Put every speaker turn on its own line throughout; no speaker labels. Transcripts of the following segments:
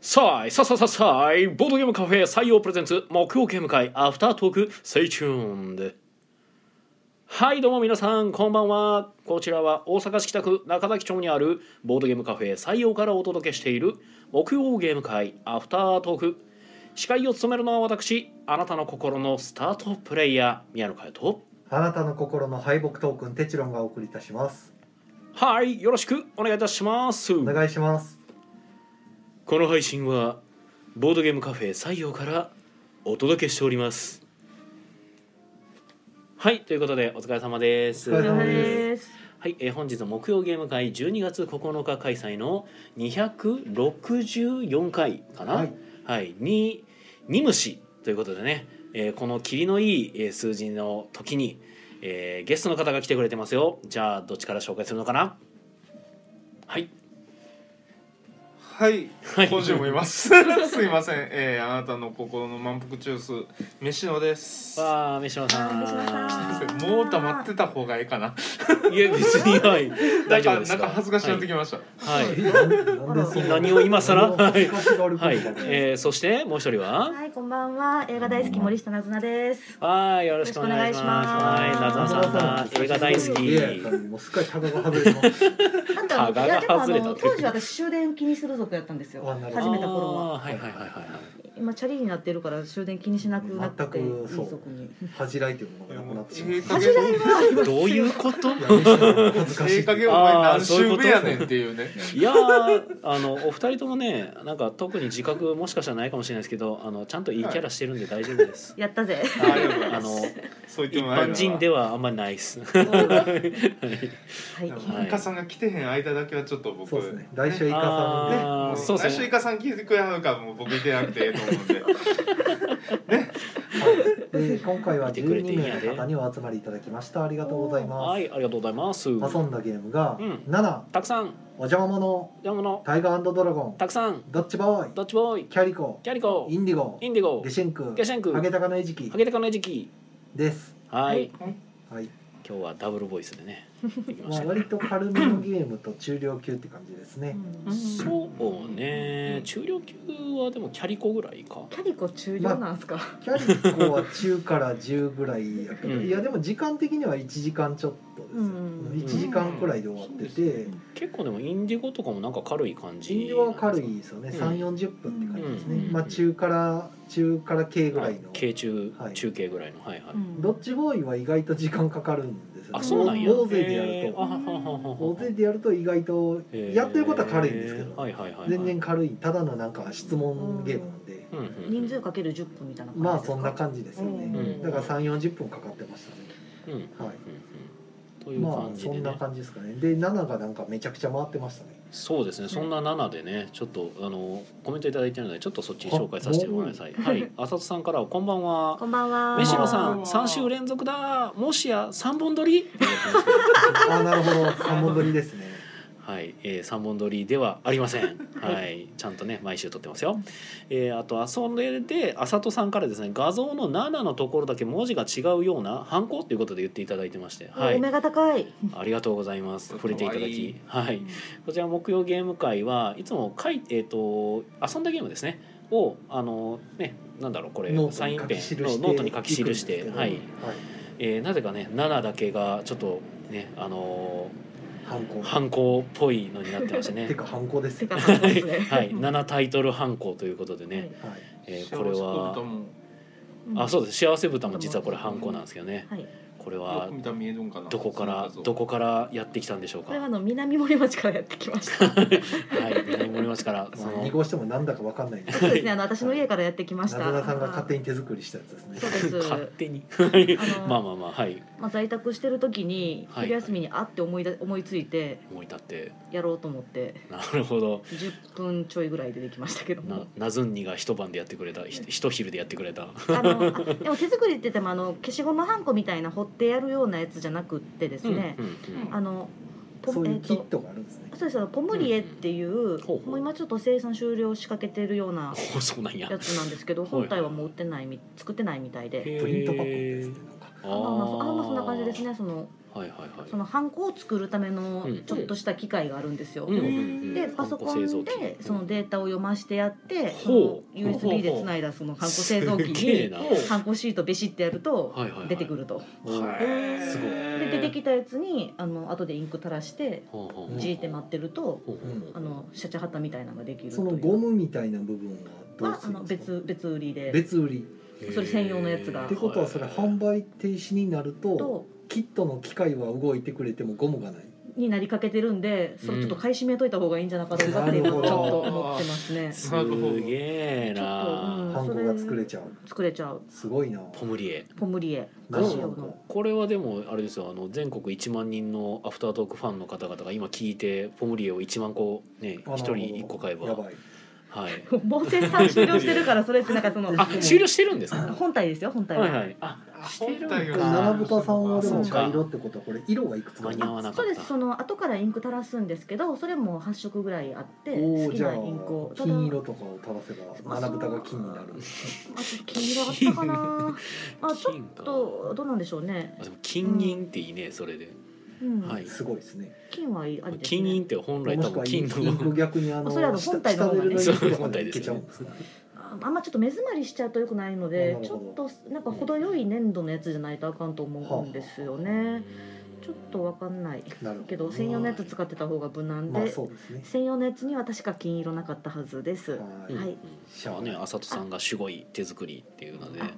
さあいさあさあさあさあいボードゲームカフェ採用プレゼンツ木曜ゲーム会アフタートーク Stay tuned はいどうも皆さんこんばんはこちらは大阪市北区中崎町にあるボードゲームカフェ採用からお届けしている木曜ゲーム会アフタートーク司会を務めるのは私あなたの心のスタートプレイヤー宮野佳代と
あなたの心の敗北トークンテチロンがお送りいたします
はいよろしくお願いいたします
お願いします
この配信はボードゲームカフェ採用からお届けしておりますはいということでお疲れ様です
お疲れ様
は
です
す。
い、えー本日の木曜ゲーム会12月9日開催の264回かなは
はいい、
にに虫ということでね、えーこの霧のいいえー数字の時に、えーゲストの方が来てくれてますよじゃあどっちから紹介するのかなはい
はい、
はい
今週もいます。 すいません、えー、あなたの心の満腹ジュース、飯野です。も
わあ飯野さん
はい飯野さ
う溜まってた方がいいかな。
いや別にはい
な
大
ん
丈夫
か、
です
なんか恥ずかしくなってきました。
はい、はい
なんなんでそんな
何を今 更
何を恥ずかしがることが
はいえーそしてもう一人は
はい、こんばんは。映画大好き森下なずなです。
はいよろしくお願いします
よろしくお願
はい
いします
夏菜さんが映画大好
いやいや
き
もうすっかりタガが外れてます
なんか
蚊
あ
が
のいやでもあ
外れた
の当時私終電気にする族やったんですよ。
あなるほど
始めた頃は。
あーはいはいはいはい
今チャリになってるから終電気にしなくなってい
全
い
くそう
族に。
恥じらいというものがなくなってしまいまし
え
はいどういうこと
たいや飯野さん恥ずかし
え
い
え加減お
あ
前
ー
何
そういうこ
週
と
目やねんっていうね。
いやーあのお二人ともねなんか特に自覚もしかしたらないかもしれないですけどあのちゃんといいキャラしてるんで大丈夫です、
やったぜ。
あ ありがとうござい
あ
ま
の
す。そう
一
言ってもらえる
般人で
は。
はあんまりないです
はい。
は
イカさんが来てへん間だけはちょっと僕。
そうですね来週イカさんで
あ
も
ー
う
そうで
来
す
週
ね
イカさん聞いてくれはるからもう僕いてなくてええと思うんで
で今回は
見てくれていい
12
んやで
名の方にお集まりいただきましたありがとうございま
は
す
いありがとうございます
遊んだゲームが
うん
7
たくさん
お邪魔者
ジャムの
タイガードラゴン
たくさん
ドッジボーイ
ドッジボーイ
キャリコ
キャリコ
インディゴ
インディゴ
ゲシェンク
ゲシェンク
ハゲタカの餌食
ハゲタカの餌食
です
はい、
はい
はい
今日はダブルボイスでねできま
ま
し
あ
たね
割と軽めのゲームと中量級って感じですね。
うん
そうね中量級はでもキャリコぐらいか
キャリコ中量なんすか。
キャリコは中から10ぐらいやけど、
うん
いやでも時間的には1時間ちょっとですよ、
うん
1時間くらいで終わってて、
結構でもインディゴとかもなんか軽い感じ
人量は軽いですよね、
うん
3 4 0分って感じですね、
うん
まあ中から中から系ぐらいの、
軽中、
はい
中軽ぐらいのはいはい、
うん
ドッジボーイは意外と時間かかるんですよ、ね、
あそうなんや
大勢でや
へー
る
あ
と、
はははは
大勢でやると意外と
へー
やってることは軽いんですけど、
はいはいはいはい
全然軽いただのなんか質問ゲームなんで、
うんうんうん
人数かける10分みたいな感じ
まあ
ですか
そんな感じですよね、
うん
だから3 4 0分かかってまし
う
たね
んうんうんうん
はい
という
ま
感
あ
じ
そ
でね、
んな感じですかねで7がなんかめちゃくちゃ回ってましたね
そうですねそんな7でねちょっとあのコメントいただいてるのでちょっとそっち紹介させてもらいなさいはい浅田さんからはこんばんは
こんばんは。
飯野さ
こんばん
ん
は
三週連続だもしや三本撮り
あなるほど3本撮りですね
はい、えー、3本撮りではありません、はい、ちゃんとね毎週撮ってますよ、えーあと遊んでであさとさんからですね画像の7のところだけ文字が違うようなハンコということで言っていただいてまして、 は
お
い、
目が高い。
ありがとうございます触れていただき、はい、
う
こちら木曜ゲーム会はいつもかい、えー、と遊んだゲームですねをあのねなんだろうこれ
ノ
サイ
ー
ン
ト
ペ
に
ン
書き記して
のノートに書き記し
いく
て、
んですけど
はい
はい
えーなぜかね7だけがちょっとねあの
反抗
ー、犯行っぽいのになってましてね
てか反抗です
て
よ
か
は
そうですね
はい、7タイトル犯行ということでね、
い
えーこれは
うん
あそうです幸せ豚も実はこれ犯行なんですけどね
はい。
これ
よ
は
く見たら見えるんかな
どこから
その画像
どこからやってきたんでしょう
こ
か
れは
は
あ
い
の南森町からやってきました。そう
南森町からそ
まあ
の
二号してもなんだかわかんないんですけ
ですね。あの私の家からやってきま
ど
した。
なずなさんが勝手に手作りしたやつですね
そうです。
勝手に
あの
まあまあまあはい
まあ在宅してる時に
はい
昼休みにあって思いだ思いついて
思い立って
やろうと思って
なるほど
10分ちょいぐらいでできましたけど
な
も。
なずんにが一晩でやってくれたひ一昼でやってくれた
あのあでも手作りって言ってもあの消しゴムハンコみたいな掘ってやるようなやつじゃなくってですね。
うんうんうん
あのポ
そうい
え
う
っ
キ
と
ットがあるんですね
そうですあのポムリエっていう,、
ほうほう
もう今ちょっと生産終了しかけてるような
おそうなんや
やつなんですけど
はいはい
本体はもう売ってないみ作ってないみたいで
へ
プリントパックみたいですねなんか
あ
まあまあそあまあそんな感じです
ね
ねその
はいはいはい
そのハンコを作るための
うん
ちょっとした機械があるんですよ、
うんうんうん
でパソコンでそのデータを読まましてやって、
ほう
その USB でつないだそのハンコ製造機
すげえ
に
な
お
ハンコシートべしってやると
はいはいはい
出てくると、
はいすごい
で出てきたやつにあの後でインク垂らして
ほうほうほう
じーって待ってると
ほうほうほう
あのシャチャハタみたいなのができると
そ
いう
のゴムみたいな部分はどう
は
す
あ
るん
の
ですか
別別売りで
別売り
それ専用のやつが
ってことはそれ販売停止になると
と
キットの機械は動いてくれてもゴムがない
になりかけてるんでそれちょっと買い占めといた方がいいんじゃなかろうかって今
な
ち
る
ょ
ほど
っと思ってますね
すげえ
ちょっとう
なん
ハンコが作れちゃう
作れちゃう
すごいな
ポムリエ
ポムリエ
なる
菓
ほ
子用
ど
の
これはでもあれですよあの全国1万人のアフタートークファンの方々が今聞いてポムリエを1万個ね
あなるほど
1人1個買えば
やばい
はい
もう生産終了してるからそれってなんかそ の
あ終了してるんですか
本体ですよ本体
はい
は
はいあ
本体が
七ぶたさんはでも
そうか
茶色ってことはこれ色がいくつ
間
かあ
に
る
合わなか
そう
っ
で
た
すその後からインク垂らすんですけどそれも8色ぐらいあって
お
好
ー
き
じゃ
なインクを
あ
ただ
金色とかを垂らせば
まあ
七ぶたが金になる
あと金色あったかなあちょっ
金か
とどうなんでしょうね、
あでも金銀っていいねそれで
うん
はい
すごいですね
金はいいありですね
金銀って本来
も
多
しく
分
は
金
イン
の
ク逆にあの
それはあの
下
本体の
下で
方がね
るラインとかまでいけちゃうんですね
ああんまちょっと目詰まりしちゃうと良くないの
な
で
る
ち
ほ
ょっ
ど
となんか程よい粘土のやつじゃないとあかんと思うんですよねちょっとわかんない
なるほど
けど専用のやつ使ってた方が無難で、
まあそうですね
専用のやつには確か金色なかったはずです
は
うん
い
はい
うんまあねあさとさんがすごい手作りっていうので
はい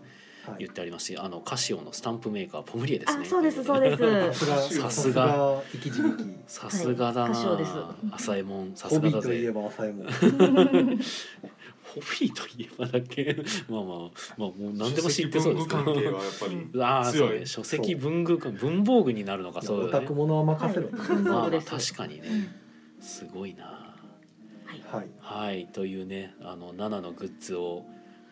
言ってありますしあのカシオのスタンプメーカーポムリエです
あ
ね
そうですそう です
さすが
さ
さ
す
す
が
が生き字引
さすがだ
はい
な
カシオです
浅いもん さ
ホ
す
ビ
がだ
ーといえ
ぜ
ば浅いもん
ホビーといえばだっけ まあまあまあもう何でも知ってそうですけ
書籍文具関係は
ど
やっぱり
ああそう
強
ね
い
書籍文具館文房具になるのかそう
オ
だ
タ
ね
クものは任せろ
はい
まあ
そう
まあ
です
確かにねすごいな
はい
はいというねあの7のグッズを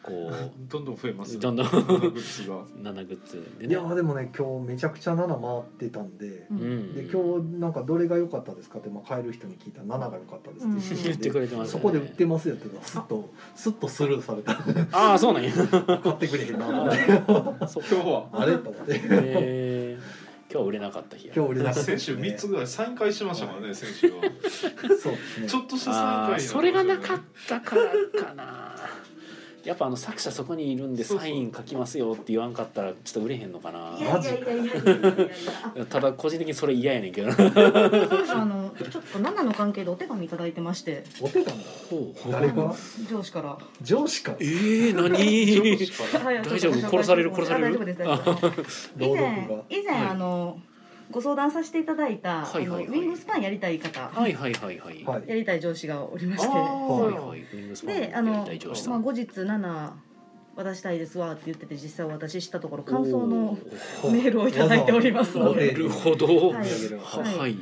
こ う
どんどん増えます
どんどん
グッズが
7グッズで
い
ね
やーでもね今日めちゃくちゃ7回ってたんで
う
うんん
で今日なんかどれが良かったですかって、まあ、買える人に聞いたら7が良かったですって
言
言
っ
ってて
く
く
れてます
そ
よね
こで売ってますよって言ったらすっとすっとスルーさ れた
ああそう なんや
買ってくれへんな
そ
今日は
あれと思って
えー今日は売れなかった日や
今日売れなかった
先週3つぐらいサイン会しましたからね先週は
そうですね
ちょっとしたサイン
あ
会
ーそれがなかったからかなやっぱあの作者そこにいるんで
そうそ
サ
う
イン書きますよって言わんかったらちょっと売れへんのかない
やいやいやいやいやいやいや
ただ個人的にそれ嫌やねんけどな
そういえばあのちょっと7の関係でお手紙いただいてまして
お手紙だ誰から
上司から
上司から
えー、何
はい
大丈夫殺される殺される
あ大丈夫です大丈夫です以
朗
前
読が
以前
はい
あのご相談させていただいた
はいはいはい
あのウィングスパンやりたい方
はいはいはいはい、
はい
やりたい上司がおりまして
あー
は
はい
い
はいウィングスパン
であ
や
の
りたい上司さ
まあ
ん
後日七渡したいですわって言ってて実際お渡ししたところ感想の
おー
メールをいただいておりますの
わざわざ
な
で
お
るほど
は
はいい
は
はいいはい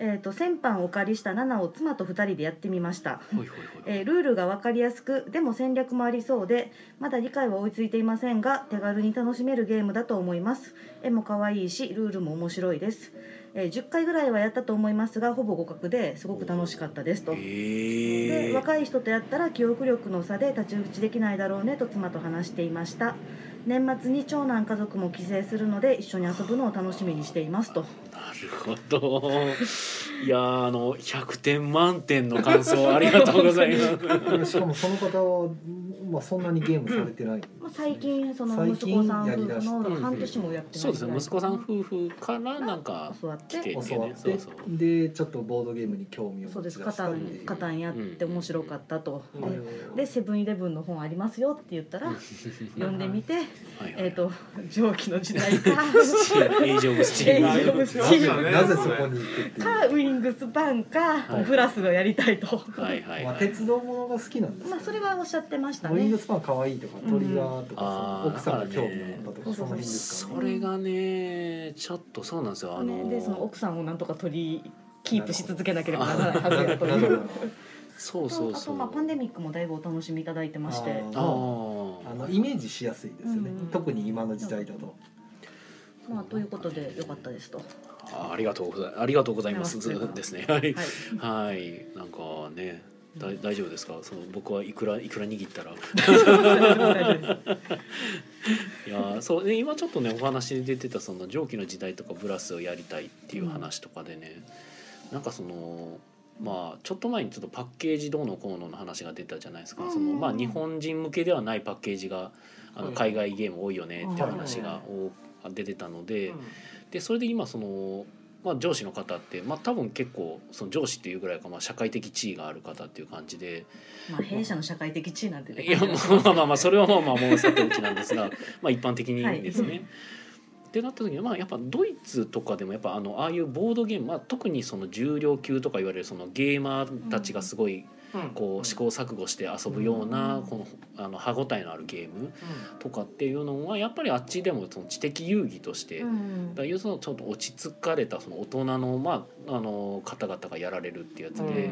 えっと先般お借りした七を妻と二人でやってみました
はいはい
えールールが分かりやすくでも戦略もありそうでまだ理解は追いついていませんが手軽に楽しめるゲームだと思います絵も可愛いしルールも面白いです、えー10回ぐらいはやったと思いますがほぼ互角ですごく楽しかったですと、
え
で
ー、
若い人とやったら記憶力の差で太刀打ちできないだろうねと妻と話していました年末に長男家族も帰省するので一緒に遊ぶのを楽しみにしていますと
なるほど。いやーあの100点満点の感想ありがとうございます。
しかもその方は、まあ、そんなにゲームされてない、
まあ最近その
最
息
近
子さん
やり
夫
だした
婦の半年もやってな い
そうですね。息子さん
婦
夫婦からなんか
教わって
来て
教わって、
そうそう
でちょっとボードゲームに興味を
そう
持
で
ち
す
出
カ
した
タ
って
ン
いう
カタンやって面白かったと、
うん
で
うん
でセブンイレブンの本ありますよって言ったら読んで みて
はいはい
えっ、と蒸気の時代 かか
エイジオブスチーム。
エイジオブスチーム
ね
なぜそこに行くっていう、
ウィングスパンか
はい
ブラスがやりたいと、
はいはい
まあ、
はい。
鉄道ものが好きなんですけど
まあそれはおっしゃってました
ウィン
ね
グスパン可愛いとかトリガーとか、
うん
奥さんが興味を持ったとか、
あー
その辺ですか
そ
ね
れがねちょっとそうなんですよあの
ねでその奥さんをなんとか取りキープし続けなければならないはずやと
ないる
う
ほど
そう
と
そう
あ
そ
と
う。
まあパンデミックもだいぶお楽しみいただいてまして
あー
あのイメージしやすいですよね、
うん
特に今の時代だと、
まあということでよかったですとは
あありがとうございありがとうございます
ありがとうございます
ですねはいは
い
いなんかねだ大丈夫ですかその僕はいくらいくら握ったらいやーそうね今ちょっとねお話で出てたその蒸気の時代とかブラスをやりたいっていう話とかでね、なんかそのまあちょっと前にちょっとパッケージどうのこうのの話が出たじゃないですか、そのまあ日本人向けではないパッケージがあの
うん
海外ゲーム多いよねって話がお出てたので、でそれで今その、まあ、上司の方って、まあ、多分結構その上司っていうぐらいか、まあ、社会的地位がある方っていう感じで
まあ弊社の社会的地位なんてね
いやまあまあまあまあそれはまあまあもうさておきなんです がまあ一般的にですね。
はい
ってなった時に、まあ、やっぱドイツとかでもやっぱあのああいうボードゲーム、まあ、特にその重量級とか言われるそのゲーマーたちがすごいこう試行錯誤して遊ぶような
うん
このあの歯応えのあるゲームとかっていうのはやっぱりあっちでもその知的遊戯として
うん
だから要するにちょっと落ち着かれたその大人の,、まあ、あの方々がやられるってやつで、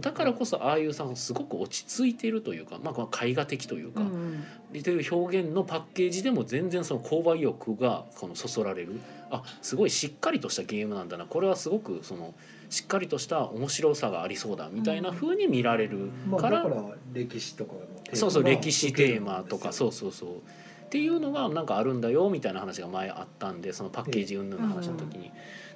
だからこそああいうさすごく落ち着いてるというか、まあ、この絵画的というか、
うん
という表現のパッケージでも全然その購買意欲がこのそそられるあすごいしっかりとしたゲームなんだなこれはすごくそのしっかりとした面白さがありそうだみたいな風に見られる。
まあ、
から
だから歴史とかのテーマが
そうそう歴史テーマとかそううそうそうっていうのがなんかあるんだよみたいな話が前あったんでそのパッケージ云々の話の時に。っ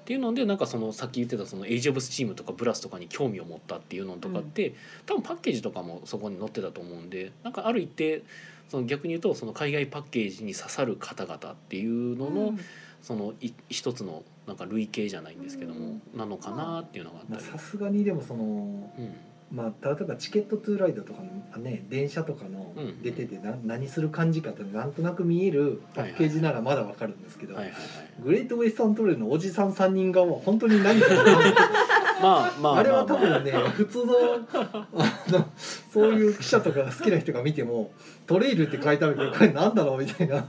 ていうのでなんかそのさっき言ってたそのエイジ・オブ・スチームとかブラスとかに興味を持ったっていうのとかって、多分パッケージとかもそこに載ってたと思うんでなんかある一定その逆に言うとその海外パッケージに刺さる方々っていうのの、
うん
そのい一つのなんか類型じゃないんですけども、なのかなっていうのがあ
ま
っ
あ
たり
さ。すがにでもその
うん
まあ例えばチケットトゥーライドとかのね電車とかの
うん
出ててな、何する感じかってなんとなく見えるパッケージならまだわかるんですけど、
はいはいはい、
グレートウェスタントレイルのおじさん3人がもう本当に何 かわかんない
まあまあまあ、まあ、
あれは多分ね普通のあのそういう記者とか好きな人が見ても「トレイル」って書いてあるけどこれなんだろうみ たいな
は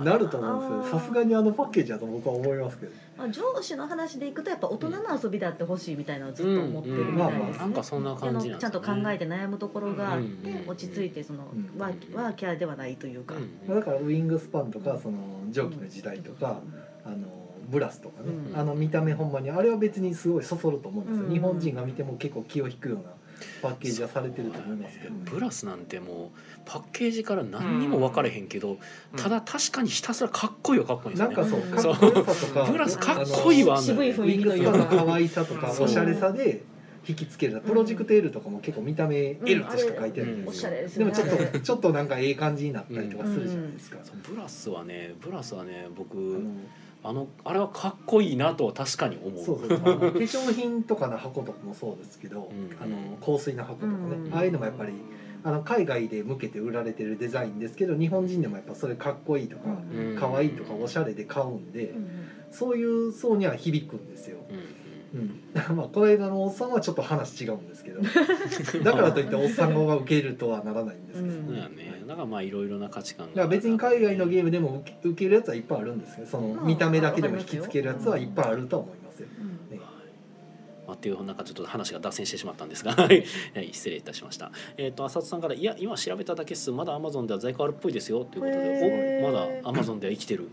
い
なると思うんですよ
あ
さ
ー
すがにあのパッケージだと僕は思いますけど
まあ、上司の話でいくとやっぱ大人の遊びだってほしいみたいなのをずっと思ってるみたい
うんうん
で
まあまあ
す
なん
ね
かそんな感じなん
ちゃんと考え
て
て悩むところがあっ
うんうん
て
うん
落ち着いてその
うん
ワーキワーキャーではないというか。
まあだからウィングスパンとかその蒸気の時代とかあのブラスとかね
うん
あの見た目ほんまにあれは別にすごいそそると思うんです
う
よ
ん
日本人が見ても結構気を引くようなパッケージはされてると思いますけど
ブラスなんてもうパッケージから何にも分かれへんけど、ただ確かにひたすらかっこいいはかっこいいんです
な
よ
ん
ね
かそう
う
かっこよ
ん
さとか
ブラスかっこいいわあんなの
渋い
ウ
雰
ィ
囲
ン
気
グ
と
ス
いう
パンの
か。
可愛さとか
そう
おしゃれさで引きつけるプロジェクト L とかも結構見た目
ん
L としか書いてない
うん
お
で
し
す
ゃ
よ
れです
で
よ
も
ね。
ちょっ
あれ
とちょ っとなんかええ感じになったりとかするじゃないですか、
そうブラスはねブラスはね
あの
僕あのあれはかっこいいなとは確かに思う
そうそうあの化粧品とかの箱とかもそうですけど、
うん
あの香水の箱とかね、
うん
ああいうのもやっぱりあの海外で向けて売られてるデザインですけど日本人でもやっぱそれかっこいいとか
うん
可愛いとかおしゃれで買うんで、そういう層には響くんですよ、
うんうん
うん、 まあこの間のおっさんはちょっと話違うんで すけどだからといっておっさん側が受け入れるとはならないんですけど、
うん
そうやねだからまあいろいろな価値観
だから別に海外のゲ
ー
ームでも受け受けるやつはいっぱいあるんですけどその
まあ
見た目だけでも引きつけるやつはいっぱいあるとは思いますよ。
まあ、っていうなんかちょっと話が脱線してしまったんですが はい失礼いたしましたえっ、と浅田さんから「いや今調べただけっすまだアマゾンでは在庫あるっぽいですよ」ということで「
へ
お
ー
まだアマゾンでは生きてる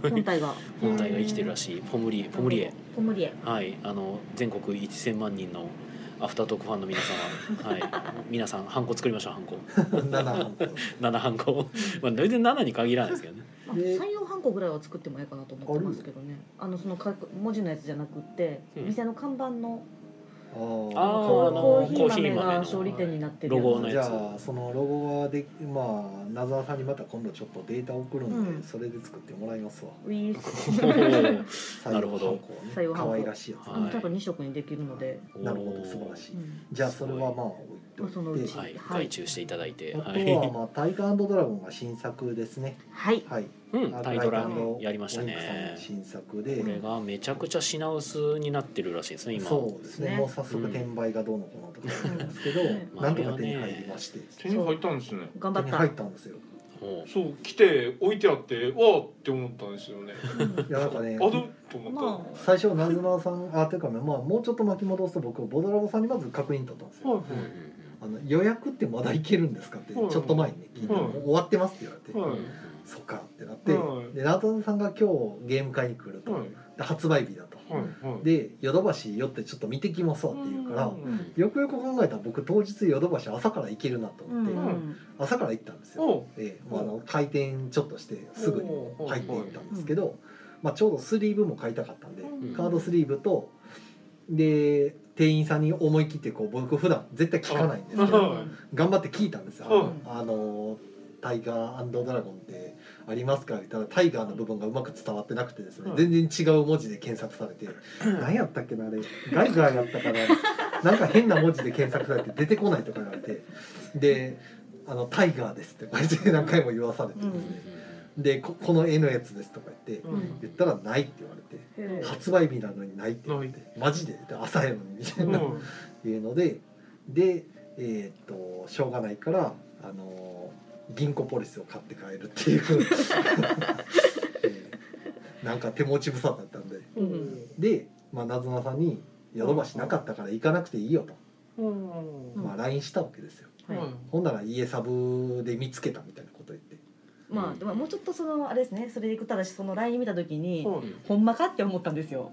本体が。
本体が生きてるらしいポムリポムリエ」
ポムリエ。
はい、あの全国1000万人のアフタートークファンの皆様、はい、 皆さんハンコ作りましょうハンコ
7本
7ハンコまあ全然7に限らないですけどね
まあ三四半個ぐらいは作ってもいいかなと思ってますけどね。あのその書く文字のやつじゃなくって、
うん
店の看板の
あー
可愛い
の
コーヒー
コーヒー豆
豆
の
が勝利点になってるやつ。
ロゴのやつ
じゃあそのロゴはでまあ謎さんにまた今度ちょっとデータ送るんで、
うん
それで作ってもらいますわ
ウィース。
おー
採
な
用
るほど
ハンコをね
採用ハンコ
可愛らしいやつ、
は
うん多分二色にできるので。
なるほど素晴らしい
うん
じゃあそれはまあ置
まあそのう
いとい
ち
て、
はい、
はい
外注していただいて、
あ
は、
とはいまあ「タイガードラゴン」が新作ですね
はい。
はい
うん、タイドラ
あの
やりました
オンクさん
ね
の新作で
これがめちゃくちゃ品薄になってるらしいですね今
そうですね
ね
もう早速転売がどうのこうのとか言ってますけ ど、
うん
なんとか手に入りまして
手に入ったんですね
頑
手
張っ
に
た。
入ったんですよ
も、
そう来て置いてあってわあって思ったんですよね
うん
いやなんかね
あどと思っ
まあ。
最初ナズナさんあていうかまあもうちょっと巻き戻すと僕ボドラボさんにまず確認取ったんです
たは
よ、
いう
うん
は
あの予約ってまだいけるんですかってちょっと前にね聞いたら、
うん
もう終わってますって言われて、
いは
うん
い
うん
そっかってなって、
はい
で直人さんが今日ゲーム会に来ると、
はい
で発売日だと、
はいはい
でヨドバシ寄ってちょっと見てきまそうって言うから、
うん
うん
よくよく考えたら僕当日ヨドバシ朝から行けるなと思って、
ん
朝から行ったんですよ、
おう
ええまあ、あの開店ちょっとしてすぐに入っていったんですけど、まあ、ちょうどスリーブも買いたかったんで、
うん
カードスリーブとで店員さんに思い切ってこう僕普段絶対聞かないんですけ
うん
ど頑張って聞いたんですよ。
うん
あのタイガードラゴンってありますかって言ったらタイガーの部分がうまく伝わってなくてですね、
うん
全然違う文字で検索されて、何やったっけなあれガイガーやったかななんか変な文字で検索されて出てこないとか言われてであの「タイガーです」って 感じで何回も言わされてですね、でこ「この絵のやつです」とか言って
うん
言ったら「ない」って言われて
へえ
発売日なのにないって言われてマジでで朝やのにみたいな
うん
いうのででえーっとしょうがないからあのー銀行ポリスを買って帰るっていう、えーなんか手持ち無沙汰だったんで
うん
で、まあ、なずなさんに「ヨドバシなかったから行かなくていいよと」
うん
うん
まあ、LINE したわけですよ、
はい
ほんなら家サブで見つけたみたいなこと言って
まあでももうちょっとそのあれですねそれでいくと私その LINE 見た時に
はい
ほんまかって思ったんですよ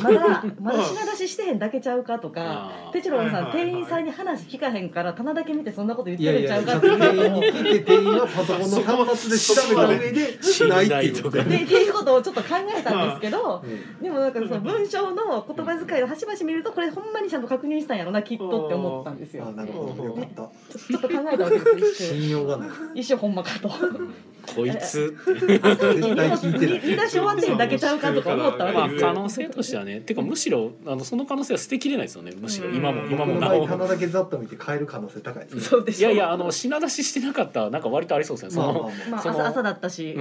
まだまだ品出ししてへんだけちゃうかとか
あー
テチロンさん、
はいはいはい
店員さんに話聞かへんから棚だけ見てそんなこと言っ
い
て
や
る
い
んちゃ
や
う
ちゃん
かっ
と
て
店員に聞いて店員はパソコンの端末で調べた上で「
信
ない」っ
頼
て
と
言
か
っ
で
て。
っていうことをちょっと考えたんですけど
うん
でもなんかその文章の言葉遣いを端々見るとこれほんまにちゃんと確認したんやろなきっとって思ったんです
あ
よ
なるほどよかった
ちょちょっと考えたわけです よ一瞬
信用がない
一瞬ほんまかと
こいつ
絶対聞いてない
見出し終わってるだけちゃうかとか思った
ま
わ
あ
けです
可
よ
能性としてはねてかむしろあのその可能性は捨てきれないですよねむしろ今も
うん
今
こ
も
の
な
前
お
棚だけざっと見て買える可能性高いですね。
そうで
い
しょ
やいやあの品出ししてなかったらなんか割とありそうですねそ
まあまあ
の
まあ
その
朝朝だったし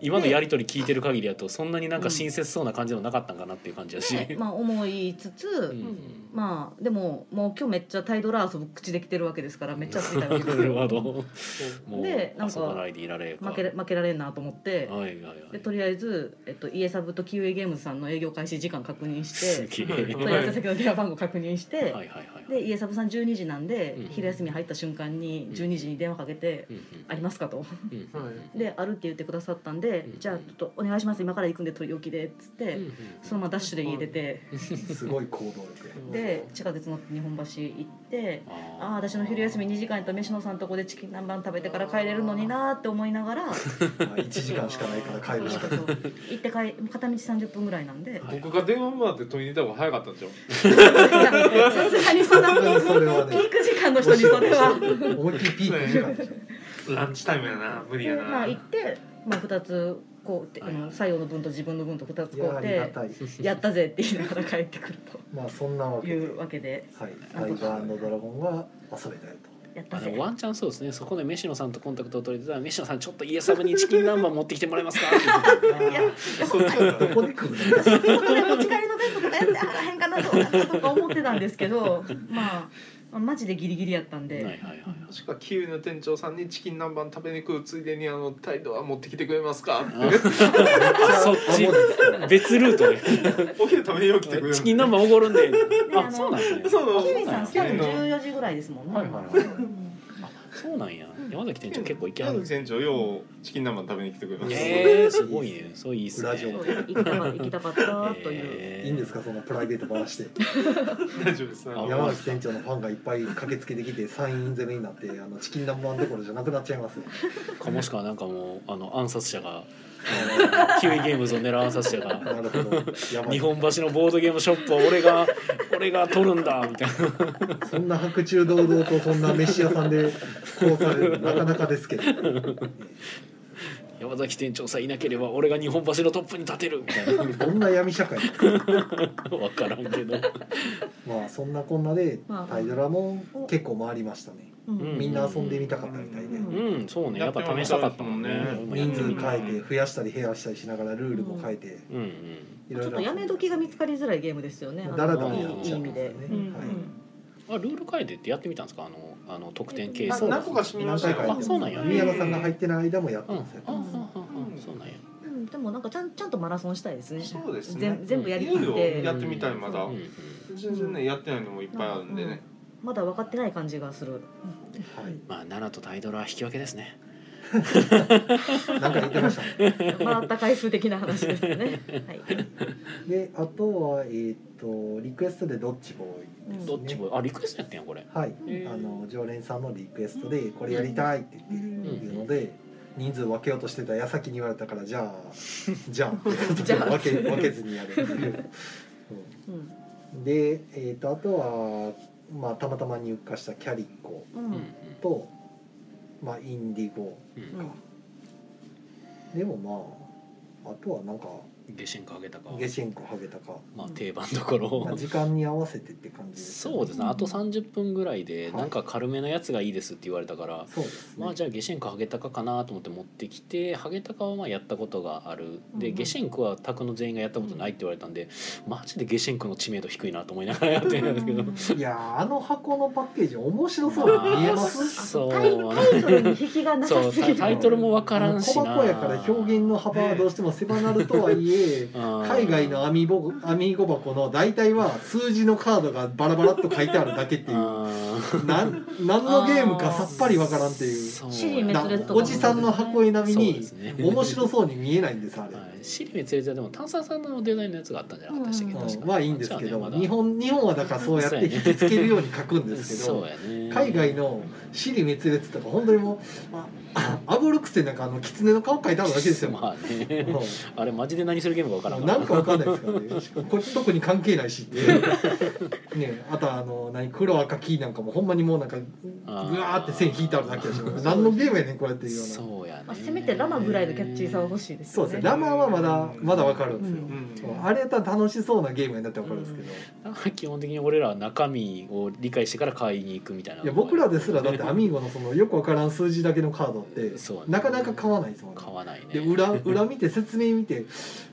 今のやり取り聞いてる限りだとそんなになんか親切そうな感じのなかったんかなっていう感じだし
でまあ思いつつ、
うん
まあでももう今日めっちゃタイドラ遊ぶ口できてるわけですからめっちゃ好きだよ
なるほどもう
でなんか
遊ばないでいられるか
負けれ負けられんなと思って
はいはいは
で
い
とりあえず、えっと、家サブとキウイゲームズさんの営業開始時間確認
す
して
げえ
問い合わせ先の電話番号確認して、
はいはいはい
で家サブさん12時なんで、
うん
昼休み入った瞬間に12時に電話かけて「
うん
ありますか?」と。
うんうん
はい
で「ある」って言ってくださったんで「
うん
じゃあちょっとお願いします今から行くんで取り置きで」っつって、
うん
そのままダッシュで家出て、
すごい行動力や。
で地下鉄乗って日本橋行って。ああ
ー
私の昼休み2時間やったら飯野さんとこでチキン南蛮食べてから帰れるのになーって思いながら
まあ一時間しかないから帰
そう
るし
そ
か
う
ない。
そう行って帰片道30分ぐらいなんで
僕が電話もらって取りに行った方が早かったんじゃん
さすがにそんな
さすがにそれは
ピ
ね
ーク時間の人にそれは。
思いっきりピーク時間でしょ。
ランチタイムやな無理や
でまあ行っ
な
て、まあ、2つこうって、あ
はいは
の
い
採用の分と自分の分と2つ
い
こ
や
う
ありが
て
たい。
やったぜって言いながら帰ってくる
まあそんなわ
と
けで。
い
は
うわけで
い。タイガードラゴンは遊べたい
やった
あで
ぜ
もワンチャンそうですねそこで飯野さんとコンタクトを取れてたら飯野さんちょっと家サブにチキン南蛮持ってきてもらえますかって言って
と。
いや
そっちから
どこで来るの？
そこで持ち帰りの弁当とかやってあらへんかなどうかなとか思ってたんですけどまあマジでギリギリやったん
はい
で、
はいはいはい
確かキウイの店長さんにチキン南蛮食べに来るついでにあの態度は持ってきてくれますかって
あそっち別ルートで
お昼食べよう来てくれる
チキン南蛮おごるんで
あの
あそうなんですね
そうなの
キウイさんスタート
キウイ
14時ぐらいですもんね、
はいはいはい
そうなんや山崎店長結構行きは
山
る
崎店長ようチキン南蛮食べに来てくれます
えー、すごいねそういいっすね
ラジオ
そう行きたか行きたかったという、
えー
いいんですかそのプライベート話して。
大丈夫ですね
あ
山崎店長のファンがいっぱい駆けつけてきてサイン攻めになってあのチキン南蛮どころじゃなくなっちゃいますよ。
かもしくはなんかもうあの暗殺者がキウイゲームズを狙う暗殺者が
なるほど。やばい
日本橋のボードゲームショップを俺 が俺が取るんだみたいな
そんな白昼堂々とそんな飯屋さんで殺されるなかなかですけど。
山崎店長さえいなければ俺が日本橋のトップに立てるみたいな
どんな闇社会。
分からんけど
まあそんなこんなで
まあ
タイドラも結構回りましたね。
うん
うん
みんな遊んでみたかったみたいで。
うん
うんそうねやっぱ試したかったもんね
人数
うん
変えて増やしたり減らしたりしながらルールも変えて
うん
い
ちょっとやめ時が見つかりづらいゲームですよね。
だらだ
ら
い
やっ
い
ち
い
ゃ
意
う
うん
味
ですよね。
でうん
はい
あルール変えてってやってみたんですかあのあの得点計
あ
算
何個か閉めま
何
した
回かや
よ
っ
あ
て
そうな
ま
ん
す
や
宮野さんが入ってる間もやって
うんああ
ますよ
あそうなんや
うんでもなんかちゃんちゃんとマラソンしたいですね。
そうですね
全全部やりき
い
っ
ろいろや
て
ってみたいまだ
うんうん
全然ねやってないのもいっぱいあるんでね
まだ分かってない感じがする。
はい
まあ奈良とタイドラは引き分けですね
なんか言ってました。
まあ、あったかい数的な話ですよね。はい。
で、あとは、えーっと、リクエストでドッジボーイです、ね。
どっちもあリクエストやってんやこれ
はい
へ、ー
あの常連さんのリクエストでこれやりたいって言っていうので人数分けようとしてた矢先に言われたからじゃあ じゃあ
じゃあ
分け分けずにやるっていう、
うん。
うんで、えー、とあとは、まあ、たまたま入荷したキャリコ
う。
うんん
と、まあ、インディゴ
うん
うん。
でもまああとはなんか
下進化あげたか
ゲシェンコハゲタか、
まあ定番どこ
まあ、
ろ
時間に合わせてって感じです、
そうですねあと30分ぐらい
は
で
い
なんか軽めのやつがいいですって言われたから
そうですね、
まあじゃあゲシェンクハゲタカかなと思って持ってきてハゲタカはまあやったことがある
うんう
で
ん
ゲシェンクは宅の全員がやったことないって言われたんでマジでゲシェンクの知名度低いなと思いながらやってるんですけど
いやーあの箱のパッケージ面白そうに見えます
そう
タイタイトルに引きがな
そ
さ
う
す
タ
ぎ
イ
る。
タイトルもわからんし
小
な
箱やから表現の幅はどうしても狭なるとはいえ海外のアミボアミーゴ箱の大体は数字のカードがバラバラっと書いてあるだけっていうなん何のゲームかさっぱりわからんっていう
シリ
な
滅裂とかも
おじさんの箱絵並みに 面
い
白そうに見えないんですあれ。
シリ滅裂はでも炭酸さんのデザインのやつがあったんじゃなかったでしたっけ
うん
確か
うんまあいいんです
じ
け
ゃあ
ど
ねまだ
日本日本はだからそうやって引きつけるように書くんですけ
そう
ど
やね
海外の死に滅裂とか本当にもうああアブロクセなんかあの狐の顔書いてあるだけですよ。
まあね
うん
あれマジで何するゲームかわからん
なんかわかんないで すからねしかもこっち特に関係ないしっていうねあとあの何黒赤黄なんかもほんまにもうなんかぐ
あー
わーって線引いてあるだけでしょ何のゲームやねんこれっていうようなそう
そうやね
まあ、せめてラマぐらいのキャッチーさは欲しいですよ
です
ね。
ねラマーはまだまだわかるんですよ、
うん
そうあれやったら楽しそうなゲームになってわかるんですけど、
基本的に俺らは中身を理解してから買いに行くみたいない
や僕らですらだってアミーゴのそのよくわからん数字だけのカードって
そうね
なかなか買わないですもんね
買わないね
で裏裏見て説明見て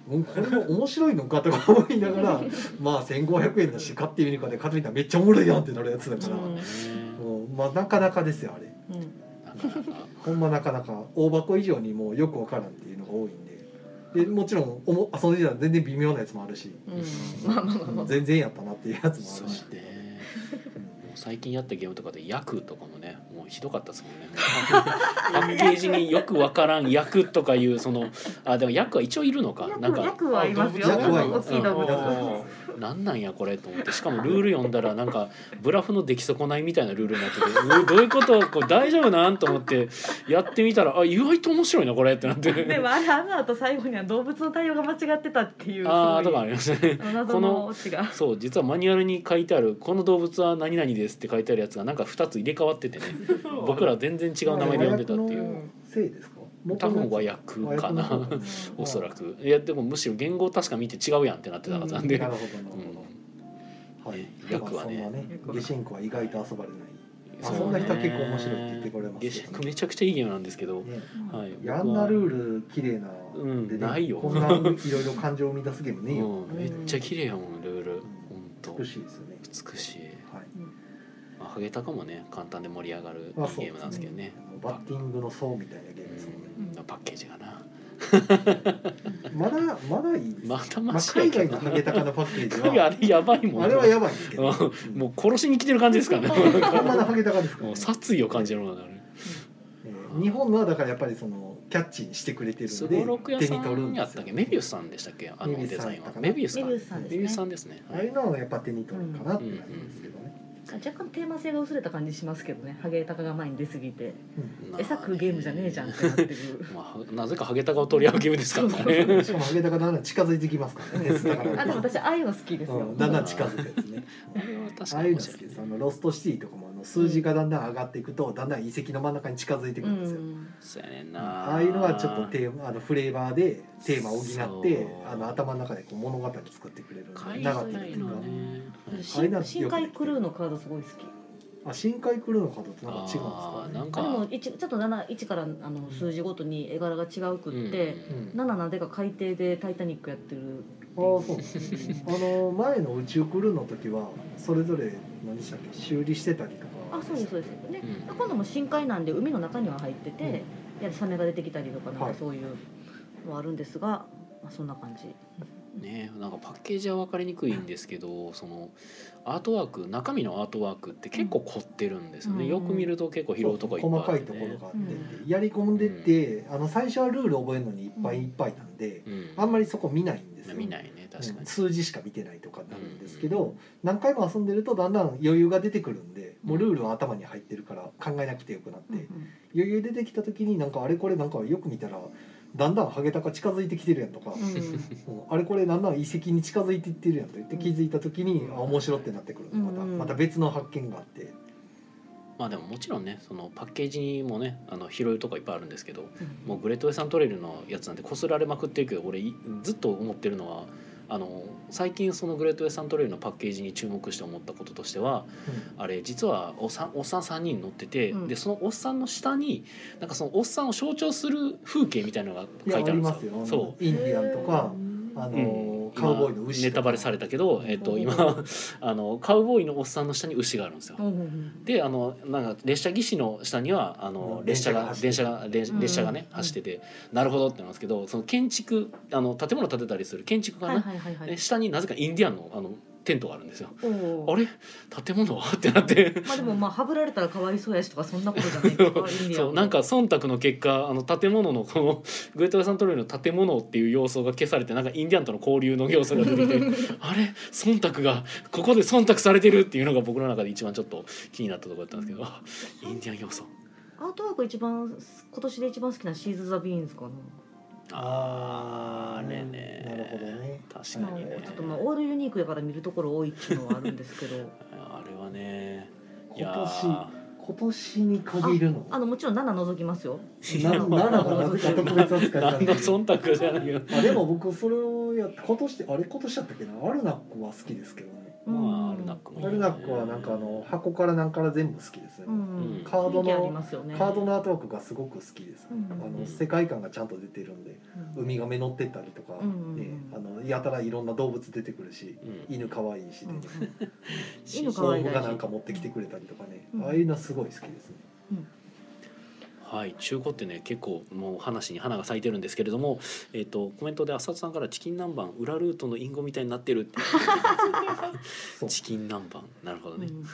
うんこれも面白いのかとか思いな がらまあ1,500円だし買ってみるかで買ってみたらめっちゃおもろいやんってなるやつだから、
ね
うんまあなかなかですよあれ
うん。
なかなか
ほんまなかなか大箱以上にもうよくわからんっていうのが多いんででもちろんおも遊んでたら全然微妙なやつもあるし、
うん。まあまあまあまあ。
全然やったなっていうやつも
そ
あ
う
るし、
ねもう最近やったゲームとかで「役」とかもねもうひどかったですも んねパッケージによくわからん「役」とかいうそのあでも「役」は一応いるのかなん
役
か
役はいますよ。
あ動物は
大きい動
うん。
物
なんなんやこれと思ってしかもルール読んだらなんかブラフの出来損ないみたいなルールになっててうどういうことこれ大丈夫なんと思ってやってみたらあ意外と面白いなこれってなって
でもあれあの後最後には動物の対応が間違ってたっていう
ああ
す
と
ご
か
い
ありましたね
あの謎のオチが
そう実はマニュアルに書いてある「この動物は何々です」って書いてあるやつがなんか2つ入れ替わっててね 僕ら全然違う名前で呼んでたっていう
和訳のせいですか
多分和訳かな
和訳の方ね
おそらくいやでもむしろ言語確か見て違うやんってなってなかったんで、
な
う
るほどなるほど、
ん
はい
ね役はね
まあそんなね
役は
下神庫は意外と遊ばれないあ
うね
そんな人は結構面白いって言ってこれますよね
下宿めちゃくちゃいいゲームなんですけど、
ね
はい、
いやあんなルール綺麗な
うん
でね
ないよ
こんないろいろ感情を生み出すゲームねえよ
うん、めっちゃ綺麗やもんルール本当
美しいですよね
美しい、
はい
まあ、ハゲタカもね簡単で盛り上がるいい
まあそう
ゲームなんですけどね、
あのバッティングの層みたいなゲームですもんね
うんパッケージがな
まだまだいいです
また
ま
マ
あ
シや
海
け
外
ど
の
な
ハゲタカのパッケージ
海外あ
は
れや ばいもん
あれはやばいですけど
うんもう殺しに来てる感じです からね
ほんまのハゲタカですから
もう
ね
殺意を感じるものがある
えー日本のはだからやっぱりそのキャッチにしてくれてる
ス
の
ゴロク
で
屋
手
さ
に取る
ん
ん
や
で
っ
す
た
よ
っけメビウスさんでしたっけあのデザインはメ
メ
ビ
ビ
ウスか
メビウスさんですね
メビウスさんですね
ああいうのはやっぱ手に取るかなって感じですけどね
若干テーマ性が薄れた感じしますけどねハゲタカが前に出過ぎて
まあね
餌食うゲームじゃねえじゃんってなってる
まあなぜかハゲタカを取り合うゲームですからね
しかもハゲタカだんだん近づいてきますからね鉄だから
あでも私ああいうの好きですよ、
うんだんだん近づくやつね
あれは確
あ
か
あ
に
いう
面白
の好き
い
ですあのロストシティとかもあの数字がだんだん上がっていくとだんだん遺跡の真ん中に近づいてく
う
るんですよ、
ん
そうやねんな
ああいうのはちょっとテーマあのフレーバーでテーマを補っ
そう
てあの頭の中でこう物語作ってくれる
海
長
外
くっていう
の
か、
ね
あれなん
深深海クルーのカードすごい好き
あ深海来るのかとってなんか違うんです
あ
か
ー
ね
なん
あでも
か
一ちょっと71からあの数字ごとに絵柄が違うくって、
うん
7なんでか海底で「タイタニック」やってる
あーそうなんです ねあの前の宇宙クルーの時はそれぞれ何でしたっけ修理してたりとか
あそうですそうですね、
うん
今度も深海なんで海の中には入ってて、
うん
やはりサメが出てきたりとかなん
は
か
い
そういうのはあるんですが、まあ、そんな感じ
ねなんかパッケージは分かりにくいんですけどそのアートワーク中身のアートワークって結構凝ってるんですよね、
うん
よく見ると結構拾うとこいっ
細
ぱ
か
いあっ
い
て、
と
ね、
ころがあっててやり込んでって、あの最初はルール覚えるのにいっぱいいっぱいなんで、
うん、
あんまりそこ見ないんですよ
見ないね確か
うん
に、
数字しか見てないとかになるんですけど、何回も遊んでるとだんだん余裕が出てくるんでもうルールは頭に入ってるから考えなくてよくなって、余裕出てきた時になんかあれこれなんかよく見たらだんだんハゲタカ近づいてきてるやんとか、うんあれこれだんだん遺跡に近づいていってるやんと言って気づいた時に、あ面白ってなってくるのまた、
うんうん
また別の発見があって
まあでももちろんねそのパッケージにもねあの拾うとこいっぱいあるんですけどもうグレートウェイサントレイルのやつなんてこすられまくってるけど俺いずっと思ってるのはあの最近そのグレートウェイサントレイルのパッケージに注目して思ったこととしてはあれ実はおっさんおっさん3人乗ってて、
うん
でそのおっさんの下になんかそのおっさんを象徴する風景みたいなのが
い
書
やあ
いてあ
り
るんで
ますす
よ。
よ
そ
インディアンとか、あ
う
の
うん
カウボーイの
今
牛
ネタバレされたけど、えっと、今 あのカウボーイのおっさんの下に牛があるんですよ。であのなんか列車技師の下にはあの
うん
列車が電
電
車
車
が列列車がね
うん
走っててなるほどってなんですけどその建築あの建物建てたりする建築がねで下になぜかインディアンのあのテントがあるんですよ。あれ建物 はってなって
まあでもまあはぶられたらかわいそうやしとかそんなことじゃないとかいいんだよ
そうなんか忖度の結果あの建物のこのグレートウェイサントロイの建物っていう要素が消されてなんかインディアンとの交流の要素が出てきてあれ忖度がここで忖度されてるっていうのが僕の中で一番ちょっと気になったところだったんですけどあインディアン要素
アートワーク一番今年で一番好きなシーズ・ザ・ビーンズかな
あーあれね
なるほどね
確かにね
ちょっとまあオールユニークやから見るところ多いっていうのはあるんですけど
あれはねいや
今
ー
年今年に限るの
あのもちろん7除きますよ
な 奈良がなぜか特別扱いされ
何
て
の
る
忖度じゃないよ
あでも僕それをやって今年ってあれ今年だったっけなアルナックは好きですけどね
まあアルナックも
アルナックはなんかあの箱から何から全部好きですね、
うん
カード
雰囲気あり
の、
ますよね
カードのアートワークがすごく好きです、
うん
あ
うん
の世界観がちゃんと出てるんでウミガメ乗ってったりとか、
うん
ね、あのやたらいろんな動物出てくるし
うん
犬可愛いし、
うんう
ね
ん
し
可
道
愛い
具
らしい
がなんか持ってきてくれたりとかね、
うん
ああいうのはすごい好きですね
はい中古ってね結構もう話に花が咲いてるんですけれどもえっ、とコメントで浅田さんからチキン南蛮裏ルートの隠語みたいになってるって
そう
チキン南蛮なるほど
う
ね、
ん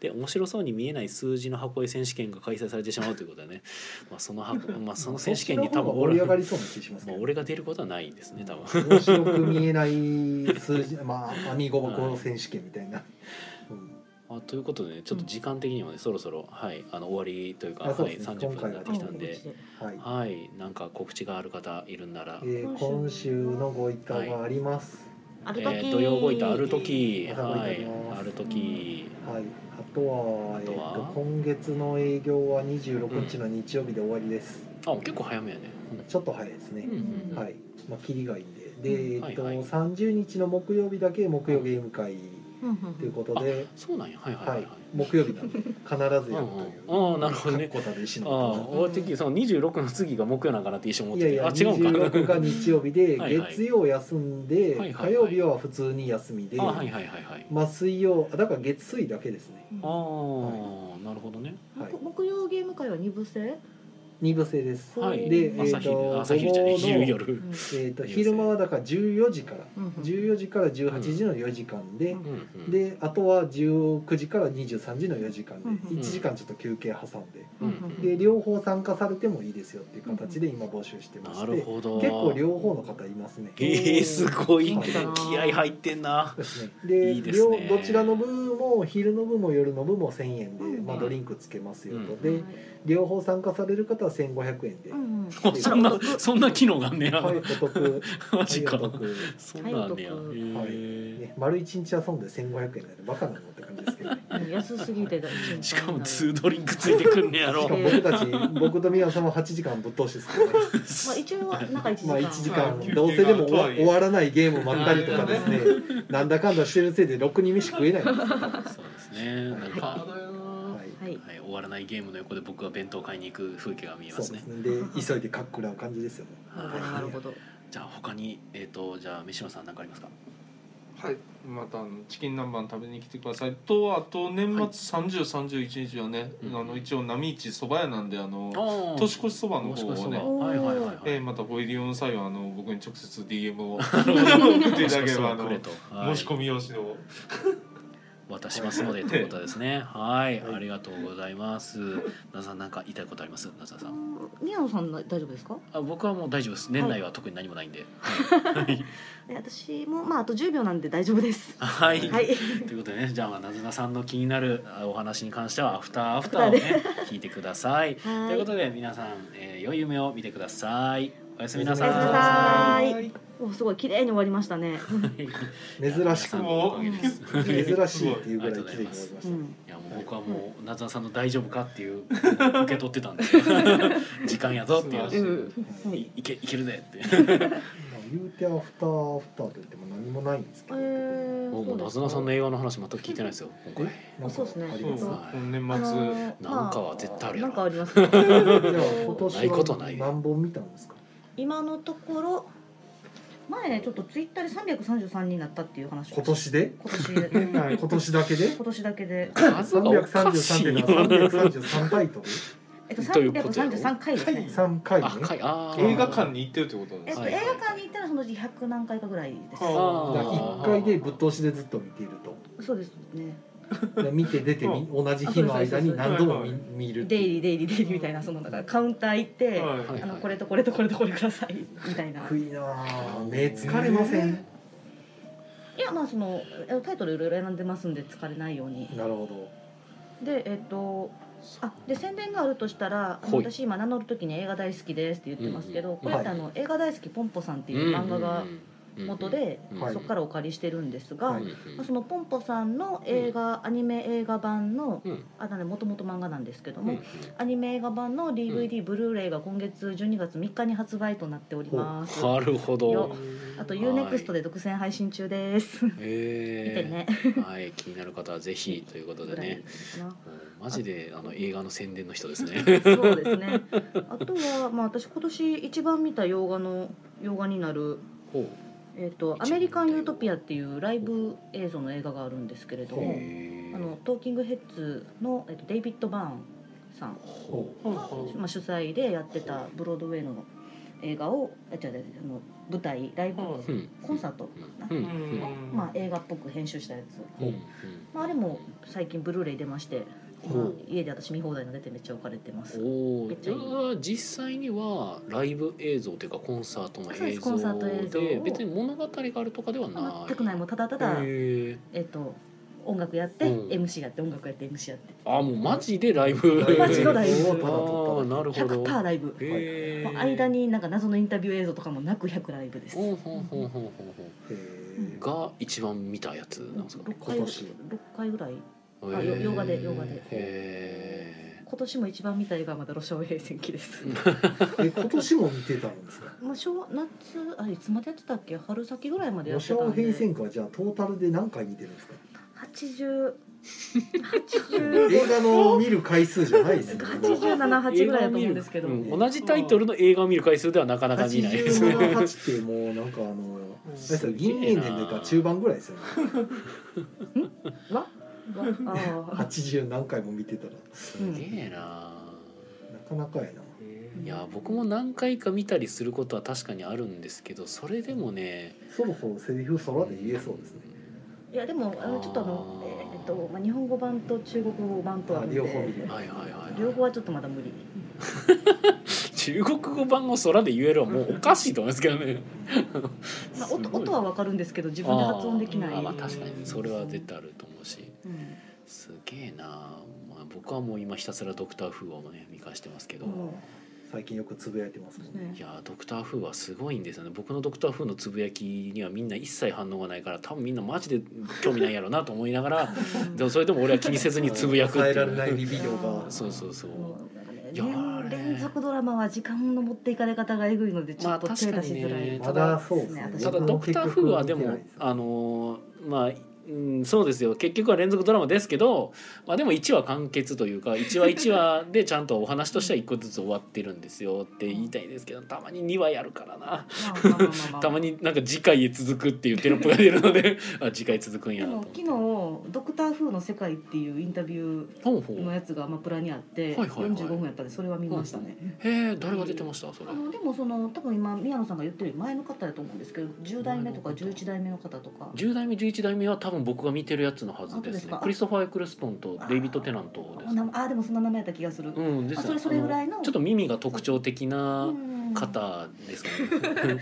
で面白そうに見えない数字の箱絵選手権が開催されてしまうということはね、まあ、その箱、まあ、その選手権に多分
盛
俺
り上が
ま
りそうな気します
あ
けど、
俺が出ることはないんですね多分
面白く見えない数字まあ網ごぼこ選手権みたいな、うん
あということでねちょっと時間的にもね、そろそろ、はい、あの終わりというか、
あそう
はい、
ですね
30分になってきたん
うん
で、
はい、
はい、なんか告知がある方いるんなら、
えー今週のご意見があります、
あ
え
る時
ー、土曜ごいたある時、
あ
は
り
い
がとうございま、す
ある時、
はい、あとは
あとは
えっと、今月の営業は26日の日曜日で終わりです、
あ、結構早めやね。
ちょっと早いです
う
ね
ん、、うん、、
はいいまあ切りがいいんでで、
うん
えっと
はいはい
30日の木曜日だけ木曜ゲーム会
うんうん
ということで、
そうなんや、はい、はい、
は
はい
い
はい。、
木曜日なんで必ずやるとい
うんう
う
んあーなるほどね
かっこたる石
あ
の
あ、俺的にその二十六の次が木曜なんかなって一瞬思っ
い
て
や
て、
いや
あ、違うんか。
26が日曜日で
はいはい
月曜休んで、
はいはいはい
火曜日は普通に休みで、
あ、はい、はい、はい、はい。
まあ水曜あだから月水だけですね
ああ、なるほどね。
はい
木木曜ゲーム会は二部制、
二部制です、
はい、
でえ
朝
ー、
昼、
と
朝昼じゃねえ、昼夜。
うん
えー、と昼間はだから14時から
うんうん
14時から18時の4時間で、
うん、うん、
であとは19時から23時の4時間で
うんうん
1時間ちょっと休憩挟んで
うん
で両方参加されてもいいですよっていう形で今募集してま
な
し
る
て
ほど。
結構両方の方いますね。
えー、すごい
元気だな
気合入ってんな。
ですねで
いいです
両
ね
どちらの部も昼の部も夜の部も1,000円で、
うん
まあ、ドリンクつけますよと、
うん
で両方参加される方は1,500円で、
うんうん
もうそんなそんな機能があんねや、
はいお得
マジか
はいお得、
そんなんあんねや、
はい
へ
ね、丸一日遊んで1,500円なんでバカなのって感じですけど、ね、
うん安すぎてだ
えしかも2ドリンクついてくんねや
し
ろ
かも僕たち僕と宮さんは8時間ぶっ通しですからね、
まあ一応中一時
ま
間
あ1時
は
間
い
どうせでも終
休憩が
わ
遠い
終わらないゲームばっかりとかですねなんだかんだしてるせいでろくに飯食えないんですよ、は
そうですねなんか、
ハー
は
ドやな。
い
はい
い、終わらないゲームの横で僕は弁当買いに行く風景が見え
そ
ま
うですす
ね
ねで急いでかっくらう感じですよね
はい
なるほど
じゃあ他にえっ、とじゃあ三島さん何かありますか
はい、またあのチキン南蛮食べに来てくださいとあと年末3031日はね、
うん
あの一応波市そば屋なんであの
あ
年越しそばの
年
方
越しそ
を
ばは
ね
いはいはいはい
えーまたご入り用の際はあの僕に直接 DM を送っていただければあの
くれ
申
と、はい
し込み用紙を
渡しますのでということですね。はい、ありがとうございます。皆さんなんか言いたいことあります？皆さん。
宮野さん大丈夫ですか
あ、僕はもう大丈夫です。年内は特に何もないんで。
え私もまああと10秒なんで大丈夫です
はい。
はい
ということでね、じゃあまあなずなさんの気になるあお話に関してはアフターアフターをね聞いてください。と
は
いう
い
ことで皆さん、えー良い夢を見てください。おやすみなさ
おやすみなさ
い。
いおすごい綺麗に終わりましたね、
皆さん
珍しく珍
のおかげです
しいっていうぐらい綺麗に終わりまし
う
たね
ん、
いやもう僕はもう夏菜さんの「大丈夫か?」って いう受け取ってたんで 時間やぞっていう話で
うん
いいけいけるぜって
まあ言うてアフターアフターと言っても何もないんですけ
え
も
ど、
ー、
う
そう
夏
です
菜
か
さんの映画の話全く聞いてないですよ今回
なんか
そうですね
あり
そう
ます
そう
か
はい
年末、
あのー
なんかは絶対あるやろ
なんかありますね、
じゃあ今
ないこと
年
な
はい何本見たんですか
今のところ前ねちょっとツイッターで333になったっていう話を
今年で
今年
年内
今年だけで
今年だけで
数がおかしい
333
よ
ってのは333タイトル
えっと
どういうことやろ
333回ですね
3回ね
あかいあー
映画館に行ってるってことなん
え
で
っ
す
と、
はい
映画館に行ったらそのうち100何回かぐらいです
は
あー
1回でぶっ通しでずっと見ていると
そうですね
で見て出てみ同じ日の間に何度も見見るって
デイ
いう
リーデイリーデイリーみたいなそのだからカウンター行って、
はい
はい
あのこれとこれとこれとこれくださいみたいな
食いなあ目疲れません
いやまあそのえタイトルいろいろ選んでますんで疲れないように
なるほど
でえっとあで宣伝があるとしたらあの
ほい
私今名乗る時に映画大好きですって言ってますけど、
うんうん
これってあの、映画大好きポンポさんっていう漫画が元で、
うん
うんはい
そこからお借りしてるんですが、
うんうん
まあ、そのポンポさんの映画、アニメ映画版の
うん
あだねもともと漫画なんですけど
うん
も、アニメ映画版の DVD、ブルーレイが今月12月3日に発売となっております。
なるほど
よあと UNEXT で独占配信中です。 見て
え
ね。
ーはい気になる方はぜひということでね
ぐらい
うんマジであの映画の宣伝の人です ね
かなそうですね。あとはまあ私今年一番見た洋画の洋画になる。
ほう
えっと「アメリカン・ユートピア」っていうライブ映像の映画があるんですけれども
へー
あのトーキングヘッズの、えっと、デイビッド・バーンさん
ほ
はいはい
まあ、主催でやってたブロードウェイの映画をあ違う違うあの舞台ライブ
は
う
い
うん
コンサートかな、
うん
うん
まあ、映画っぽく編集したやつ、
うんうん
まあ、あれも最近ブルーレイ出まして
ほ
今
う
家で私見放題の出てめっちゃ置かれてます
お
めっちゃいい
お実際にはライブ映像というかコンサートの
そうで
映
すコンサー
像
ト映像
で
を
別に物語があるとかではない
全くないもうただただ、
へー
えっと音楽やって、
うん
MC やって音楽やって MC やって
あもうマジでライブ
マジのライブ
あーなるほど
100%ライブ、
へ
も
ー
う間になんか謎のインタビュー映像とかもなく100ライブです
ほうほうほうほうほう
え
ほうが一番見たやつなんですか
6
今
回
年
六回ぐらい
あ
よ洋画で洋画で
へ
今年も一番見た映画はまだ「路上平戦記」です
え今年も見てたんですか
まあ、小夏あいつまでやってたっけ春先ぐ らいまでや
ロ
って
シ
た
ア
んで
平戦区はじゃあトータルで何回見てるんですか
80
映画の見る回数じゃないですね
8788ぐらいだと思うんですけど、
映画を見るうん同じタイトルの映画を見る回数ではなかなか見ないですね
878ってもうなんかあのあれですよ銀年でか中盤ぐらいですよね
わわああ
80何回も見てたら
すげえな
なかなかやな
ーいや僕も何回か見たりすることは確かにあるんですけどそれでもね
そろそろセリフ空で言えそうですね
いやでもあのちょっとあの
あー
えーえっと、まあ、日本語版と中国語版とあるんで
両方見る
はいはいはい、
両方はちょっとまだ無理
中国語版を空で言えるはもうおかしいと思いますけどね
まあ、
すごい
音音はわかるんですけど自分で発音できない
あーまあ確かにそれは絶対あると思うし
うん
すげえな、まあ、僕はもう今ひたすら「ドクター・フーア」をね見返してますけど、
うん
最近よくつぶやいてますもんね
ね
いやードクター・フーはすごいんですよね僕のドクター・フーのつぶやきにはみんな一切反応がないから多分みんなマジで興味ないやろうなと思いながらでもそれでも俺は気にせずにつぶやくってい
抑えられないうリビドが
そうそうそう
もうなんかね
いやー
連連続ドラマは時間の持っていかれ方がえぐいのでちょっと
まあ
手出しづらい、
確
まだそうですね
た
ただ
僕
ド
も
クター・
結
フ
局
ーはで
見てな
も
いす
あのーまあうん、そうですよ結局は連続ドラマですけど、まあ、でも1話完結というか1話1話でちゃんとお話としては1個ずつ終わってるんですよって言いたいです けどたまに2話やるからな
まあまあまあまあまあ
たまになんか次回へ続くっていうテロップが出るの であ次回続くん
で
やなと
も
思っ
昨
て
日「ドクター・フーの世界」っていうインタビュ
ほうほ
ーの
う
やつがまあプラにあって
はいはいはい
45分やったんでそれは見ましたね。
へえ誰が出てましたそれ
あのでもその多分今宮野さんが言ってるより前の方だと思うんですけど10代目とか
前の方
11代目の方とか
10代目11代目は多分僕が見てるやつのはず
本当
で
ですす
ね
か
クリストファー・エクレストンとデイビッド・テナントですね
ああでもそんな名前やった気がする、
うんですよ
あそれそれぐらいの
あちょっと耳が特徴的な
うん
方ですかね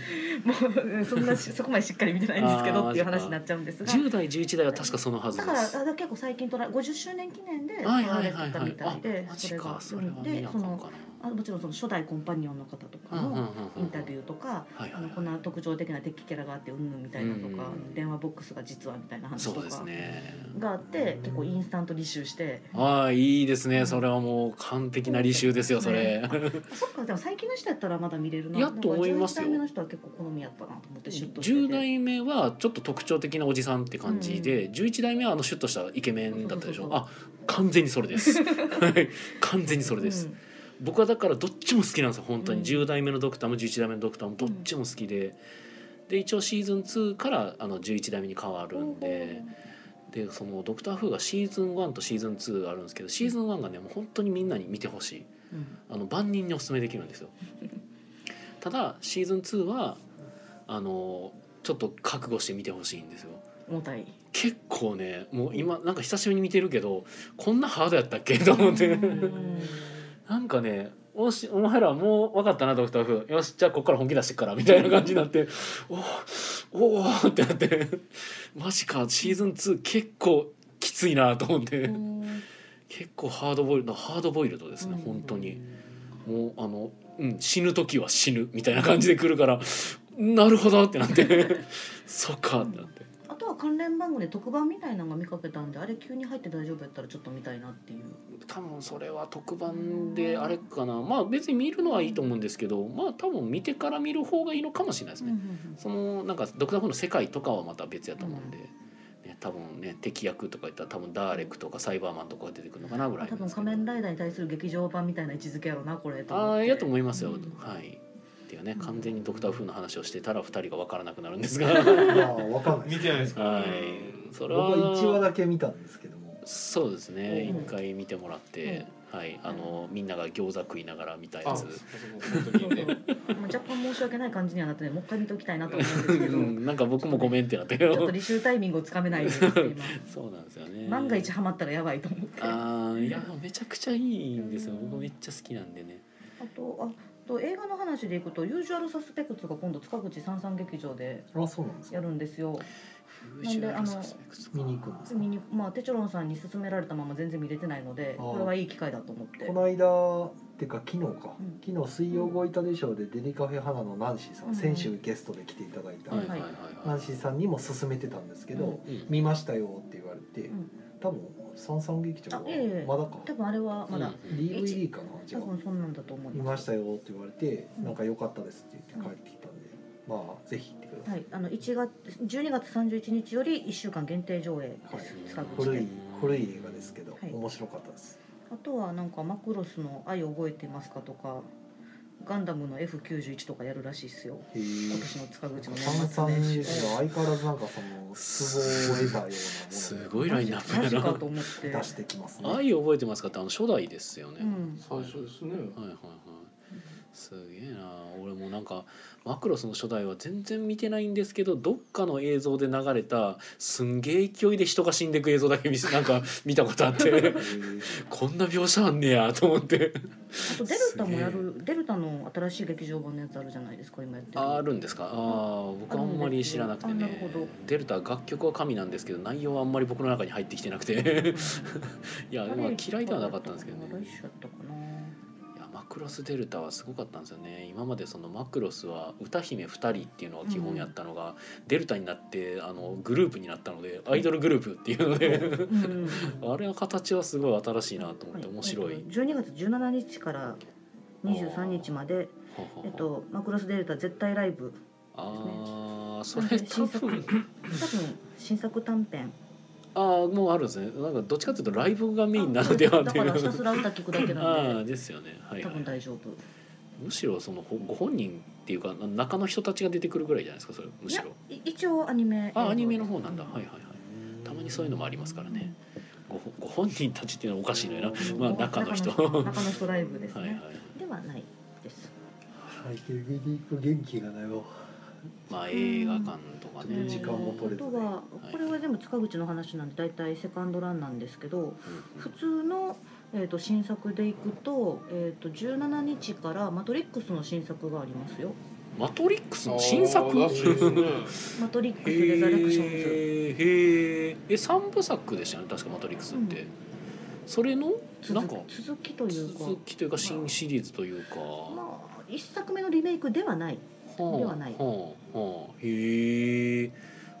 もうそんなしそこまでしっかり見てないんですけ
あ
ど
ー
っていう話になっちゃうんですが
10代11代は確かそのはずで
だ
す
からあだから結構最近撮ら50周年記念で撮
はいは
ら
い
れ
はい
てた
は
み
い
たい
あ
で
マジ
それ
か
が
それは
うん
見
で
なあ
そ
かん
の
か
あもちろんその初代コンパニオンの方とか
なうんうんうん
の
うん
インタビューとか、
はいは
あ
い
のこんな特徴的な敵キャラがあってうんぬんみたいなとか、
うん
電話ボックスが実はみたいな話
そ
と
うです
か
ね
があって、結構インスタント履修して
ああいいですねそれはもう完璧な履修ですよそれ
あそっかでも最近の人やったらまだ見れるな
やっと思いますよ
なんか11代目の人は結構好みやったなと思ってシュッとしてて
10代目はちょっと特徴的なおじさんって感じで、11代目はあのシュッとしたイケメンだったでしょ
そうそうそう
あ完全にそれですはい完全にそれです、
うん
僕はだからどっちも好きなんですよ本当に、
うん
10代目のドクターも11代目のドクターもどっちも好きで、で一応シーズン2からあの11代目に変わるんで、でその「ドクター・フー」がシーズン1とシーズン2あるんですけどシーズン1がねもう本当にみんなに見てほしい
うん
あの万人にお勧めできるん ですよただシーズン2はあのちょっと覚悟して見てほしいんですよ
重たい
結構ねもう今なんか久しぶりに見てるけどこんなハードやったっけと思って
うん
なんかねおしお前らもう分かったなドクター・フーよしじゃあここから本気出してっからみたいな感じになっておおおーってなってマジかシーズン2結構きついなと思って結構ハードボイルドハードボイルドですね
うん
本当にもうあの、うん、死ぬ時は死ぬみたいな感じで来るからなるほどってなって そっかってなって
あとは関連番組で特番みたいなのが見かけたんであれ急に入って大丈夫やったらちょっと見たいなっていう
多分それは特番であれかなまあ別に見るのはいいと思うんですけどまあ多分見てから見る方がいいのかもしれないですね。そのなんかドクター・フーの世界とかはまた別やと思うんで、ね、多分ね敵役とか言ったら多分ダーレクとかサイバーマンとかが出てくるのかなぐらいな
多
んで
分
すけ
仮
ど
面ライダーに対する劇場版みたいな位置づけやろうなこれ
ああいやと思いますよ、
うん
はいっていうね完全にドクター・フーの話をしてたら二人が分からなくなるん ですが
まあわかんないで
見
す。
てないですか
は
う
い
ん
それ
僕
は
は一話だけ見たんですけども。
そうですね一、
うん
回見てもらって、はいあのみんなが餃子食いながら見たや
あ
つ
そうかそうかその時にね
まあ若干申し訳ない感じにはなってねもう一回見ておきたいなと思うんですけ
う
ど
んなんか僕もごめんってなったけ
ちょっ
ど
と履修タイミングをつかめないです今
そうなんですよね
万が一ハマったらやばいと思ってあ
ああいやめちゃくちゃいいんですよ僕めっちゃ好きなんでね
とあと映画の話でいくと「ユージュアル・サスペクツ」が今度塚口三々劇場で
あそうなんです
や
か。
るんですよ
なんであの
見に行くんですか
見にまあテチョロンさんに勧められたまま全然見れてないので
あー
これはいい機会だと思って
この間ってか昨日か
うん。
昨日水曜ゴイタでショーでデリカフェ花のナンシーさ
うん
ん、先週ゲストで来ていただいた
はい
は
はいい
ナ
は
ンシーさんにも勧めてたんですけど、
い、うん
見ましたよって言われて
うん、
多分三三劇場は
あええ
まだか。
多分あれはまだ、
うん
DVD かなじゃ
多
あ。
分そんなんだと思い
見
ま
ますしたよって言われて、
うん
なんか良かったですって言って帰ってきたんで、まあぜひ行ってくださ。
はいい、あの1月12月31日より1週間限定上映
はい
です、塚口
古
で
い古い映画ですけど、
はい
面白かったです。
あとはなんかマクロスの愛覚えてますかとかガンダムの F91 とかやるらしいっすよ
へえ。
今年の塚口の
三
年末
三
年
年
始
相変わらずなんかその壺を得たようなものを
すごいラインナップ
マ
や
ジか
な
と思って
出してきますね。
愛覚えてますかってあの初代ですよね、
うん
最初ですね
はいはいはい。すげえな俺もなんかマクロスの初代は全然見てないんですけどどっかの映像で流れたすんげえ勢いで人が死んでく映像だけ見せ なんか見たことあって
へー
こんな描写あんねやと思って
あとデルタもやるデルタの新しい劇場版のやつあるじゃないですか今やってる
あるんですかああ僕あんまり知らなくて
あなる
ね
ほど
デルタ楽曲は神なんですけど内容はあんまり僕の中に入ってきてなくて いや、まあ、嫌いではなかったんですけどね
来週やったかない
やマクロスデルタはすごかったんですよね今までそのマクロスは歌姫2人っていうのが基本やったのが、デルタになってあのグループになったのでアイドルグループっていうので
うん
あれの形はすごい新しいなと思って面白い。
えっと12月17日から23日まで、
ははは
えっと、マクロスデルタ絶対ライブ
あーそ
なん
れ
で
多
新作
分
多分新作短編
ああもうあるんですねなんかどっちかっていうとライブがメインなのではっ
だ
て
か
いう
らひたすら歌聞くだけ な
あ
ん
あ
で
ですよねはい、
多
はい
分大丈夫
むしろそのほご本人っていうかな中の人たちが出てくるぐらいじゃないですかそれむしろ
いやい一応アニメ
あアニメの方なんだはいはいいはいたまにそういうのもありますからねごほご本人たちっていうのはおかしいのよなまあ中の人
中
は
の人ライブで
い
す
は
ね、
い
ではないです
最近見に行く元気がないわ
まあ映画館とか
う
ね
ん時間も取れず
あとはこれは全部塚口の話なんで大体セカンドランなんですけど普通の、えー、と新作でいくと,、えー、と17日から「マトリックス」の新作がありますよ
マトリックスの新作
あーらしいですね
「マトリック
へ
ス・レザレクションズ
えへええ三部作でしたね確かマトリックスって、
うん
それの」なんか
続き続きというか
続きというか新シリーズというか、
まあ一作目のリメイクではない
はあ
ではない
はあはあ、へえ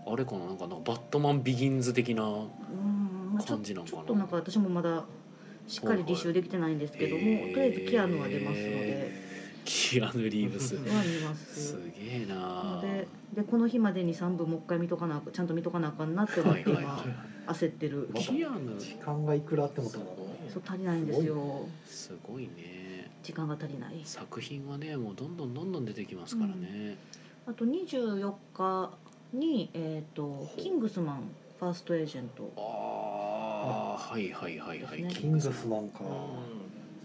あれかななんかなんかバットマンビギンズ的な
うん、まあ、ちょ
感じなのか
ち
な
ょっとなんか私もまだしっかり履修できてないんですけど
は
も、
いはい
とりあえずキアヌは出ますので
へキアヌ・リーブス
え
は見ますす
げえ
なの
な
ででこの日までに3部もう一回見とかなちゃんと見とかなあかんなって思
は
っ
い
て
はい
今
は
焦ってる
いキアヌ
時間がいくらあってもただろ
そう足りないんですよ
すごいね
時間が足りない
作品はねもうどんどんどんどん出てきますからね、
あと24日に、えーと「キングスマンファーストエージェント
ああはいはいはいはい、
ですね
キングスマンか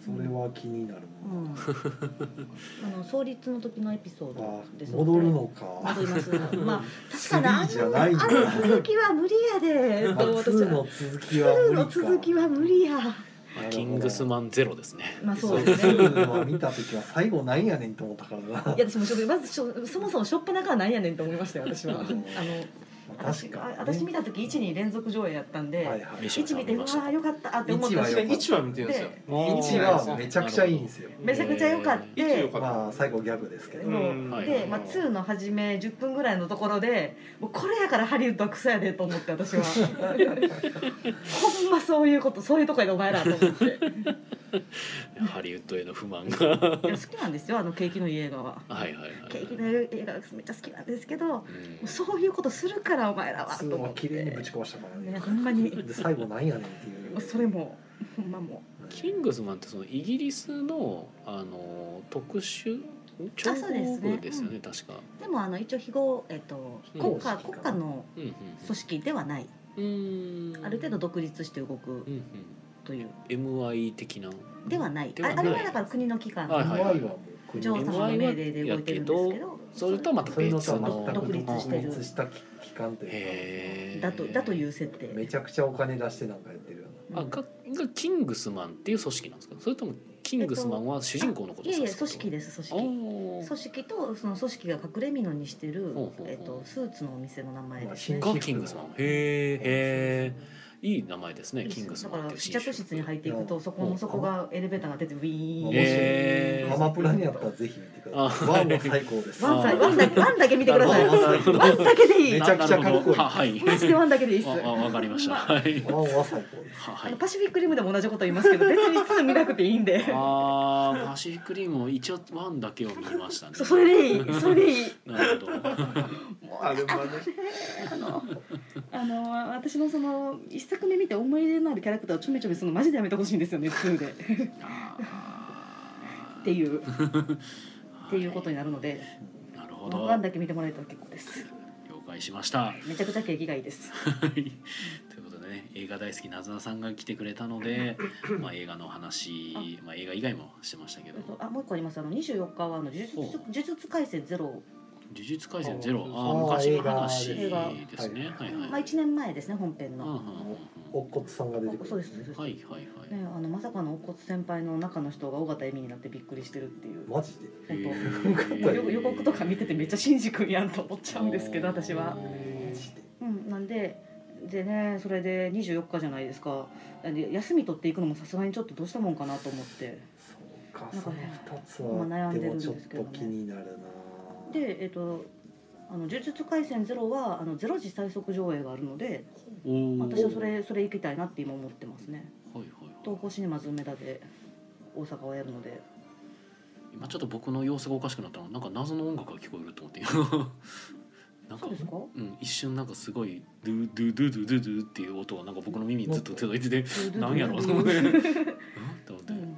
それは気になる」
う
な、
ん、あの創立の時のエピソー
あ
ドです
戻る
の
のか
戻り ますまあ確かにあ
3じゃないんだ
のあの続きは無理やで
まあ
と思って
2の続きは
2
無
の
理か
続きは無理や
まあキングスマンゼロ ですね
まあ
そ
そうう
で
ですす
ね
ね
は見た時は最後なんやねんと思った からな
いや私もしょまずしょそもそもしょっぱなからなんやねんと思いましたよ 私はあの
確
私
か
あ私見た時1に連続上映やったんで、
はいはい
一
1見てうわーよかったって思っ
一
た
は
し
よかった
一話見てるんですよ。
1はめちゃくちゃいいんですよ
めちゃくちゃ良かった
一良かった。
まあ最後ギャグですけど、
うん
はい
で、まあ、2の初め10分ぐらいのところでもうこれやからハリウッドはクソやでと思っ て私はほんまそういうことそういうとこやでお前らと思ってい
ハリウッドへの不満がは
や好きなんですよあの景気のいい映画はい
はいはい、
景気のいい映画がめっちゃ好きなんですけども
うん
うそういうことするからお前らはと
2
思
は
って
綺麗にぶち壊したから
ね
ね
ほんまにも
で最後なんやねんっていう
うそれもほんまも
キングスマンってそのイギリスのあの特殊超
あそうですね
合部ですよね確か、
うでもあの一応非合、えっと
非合
国家
式か
国家の
うんうん
組織ではない
うん、うーん
ある程度独立して動く
うんうん
という
MI 的な
ではない
で
あ
はない
あれはだから国の機関
はいはい
怖いわもう国
女王様の命令で動いてるんですけど
それとはまた
そういうの
別
と
の
は全く
独立してる
独立した機関という
へえ
だとだという設
かめ
定
ちゃくちゃお金出してなんかやってるよう
あががキングスマンっていう組織なんですかそれともキングスマンは主人公のこと
い
で
や
すか
いや組織です
ああ
組織組織とその組織が隠れ蓑にしてる
ほうほうほう
えっとスーツのお店の名前ですね
まあ
がキングスマンへえへえいい名前ですねキングス
だ
マ
か
ンって
ら
いう
試
新
着
種
室に入っていく
う
と
ん
そこの底がエレベーターが出てウィーン
な
へー
アマプラにあったらぜひ見てください
あ
ワンも最高です
ワンさ
あ
ワ ンだけワンだけ見てください
ワン
ワンだけでいい
めちゃくちゃかっ
あ
こいい
なるほど
マ ジでワンだけでいいっす
ははいああわかりました
ほんま
はい
ワンは最高です
は
あ
い
のパシフィックリムでも同じこと言いますけど別に2見なくていいんで
あーパシフィックリームを一応ワンだけを見ましたね
そそれでいいそれでいい
なる ほど
もう
あれはね
あのあの私のその一作目見て思い出のあるキャラクターをちょめちょめするのマジでやめてほしいんですよね2 でっ
あ
ていう
ー
っていうことになるので
なるほど
ワンだけ見てもらえたら結構です
了解しました
めちゃくちゃ景気がいい です
はいということでね映画大好きなずなさんが来てくれたので、まあ、映画の話まあ、映画以外もしてましたけど「呪
あもう一個ありますあの24日はあの呪術
お
呪術廻戦ゼロ、
術廻戦ゼロ」ああ
あー
昔の
映画
話
映画
ですねはいはい
まあ、1年前ですね本編
うんうん
の、
うん
乙骨さんが出てく
そう
る
ですそうです、
はいはいはい、
ね、あのまさかのお骨先輩の中の人が尾形恵美になってびっくりしてるっていう
マジで
へ
本当
ー
もう予予告とか見ててめっちゃシンジ君やんと思っちゃうんですけど私は。
マジで
うん、なんででねそれで24日じゃないですかなんで休み取っていくのもさすがにちょっとどうしたもんかなと思って
そうか
なん
そ
か
の
ね
2つはあってもちょっと気になるな
でえっ、とあの「呪術廻戦ゼロはあのゼロ時最速上映があるので
おー
私はそれそれ行きたいなって今思ってますね
はいはいは
東
い
宝シネマズ梅田で大阪をやるので
今ちょっと僕の様子がおかしくなったのなんか謎の音楽が聞こえると思って今 なんか
そうですか
うん、一瞬なんかすごいドゥドゥドゥドゥドゥドゥっていう音がなんか僕の耳にずっと届いてて なんやろうと思ってうんと思っ
う
て
ん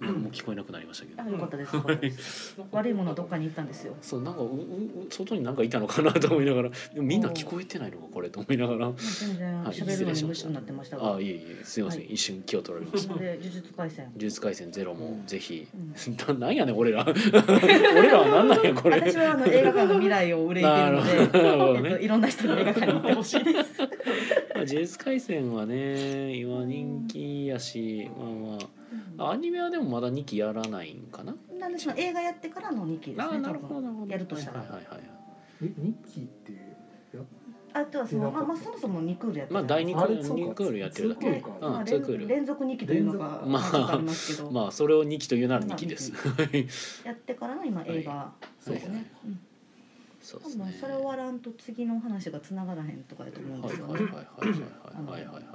うんもう聞こえなくなりましたけど
あよかったですよかったです悪いものどっかに行ったんですよ
そうなんかううう外になんかいたのかなと思いながらでもみんな聞こえてないのかこれと思いながら
全然
はい
喋るのに無視になってましたが
あいえいえすいません、
は
一瞬気を取られました
ので呪術廻戦
呪術廻戦ゼロもぜひ
う、ん
な なんやねん俺ら俺らはなんなんやこれ
私はあの映画館の未来を憂いてるので
なるほど
えっと、
ね
いろんな人に映画館に行ってほしいです。
まあ呪術廻戦はね今人気やしまあまあアニメはでもまだ2期やらないんかな
なんでその映画やってからの2期です
あ
ね。
ーな
多
るほどなるほ
分
ど
やるとしたら
はい。はいはいはい
えニッキーっていう
あとはそのまあまあそもそも2クールやって
まあ第2ク
あれ
ール
そうか
二クールやってるだけ
二クール
うんツークール
連続2期というのが
連続
ちょっとありますけど、
まあそれを2期というなら2期です
ま
はい
やってからの今映画
そうですね。
うん
そうで
多
すね
分それ終わらんと次の話が繋がらへんとかやと思うん
は
で
い
すよ
はい
ね。
はいはいはいはいはいはいはい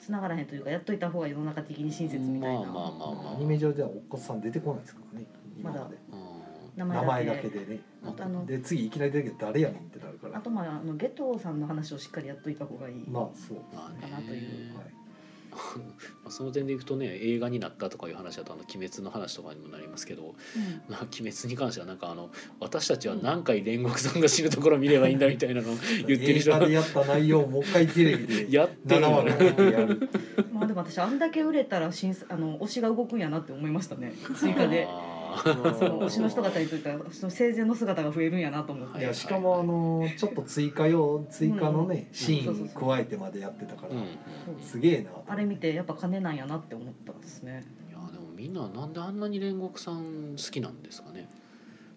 繋がらへんというかやっといた方が世の中的に親切みた
ま
い
あ
な。
まあまあまあ
アニメ上ではおっこさん出てこないですからね今まで
う
名
名前
前
だ
だ
け
けで。
でね
あとあの
で次いきなり出てきて誰やねんってなるか
あ
ら
とまああのゲトさんの話をしっかりやっといた方がいい。
まあそう
まあね
かなという
はい
その点でいくとね映画になったとかいう話だとあの「鬼滅」の話とかにもなりますけど
うん
「まあ、鬼滅」に関してはなんかあの私たちは何回煉獄さんが死ぬところを見ればいいんだみたいなのを言ってる人
映画
が
でやった内容をもう一回テレビで
やってる
7
よ
話
ね
のやる
まあでも私あんだけ売れたら新あの推しが動くんやなって思いましたね追加で
あ
そ
ー
その推しの人方についてはその生前の姿が増えるんやなと思って、
はい
やしかもあのちょっと追加用追加のね、シーン加えてまでやってたから、
うん、うん、い
そうです
すげえな
あれ見てやっぱ金なんやなって思ったんですね
やでもみんななんであんなに煉獄さん好きなんですかね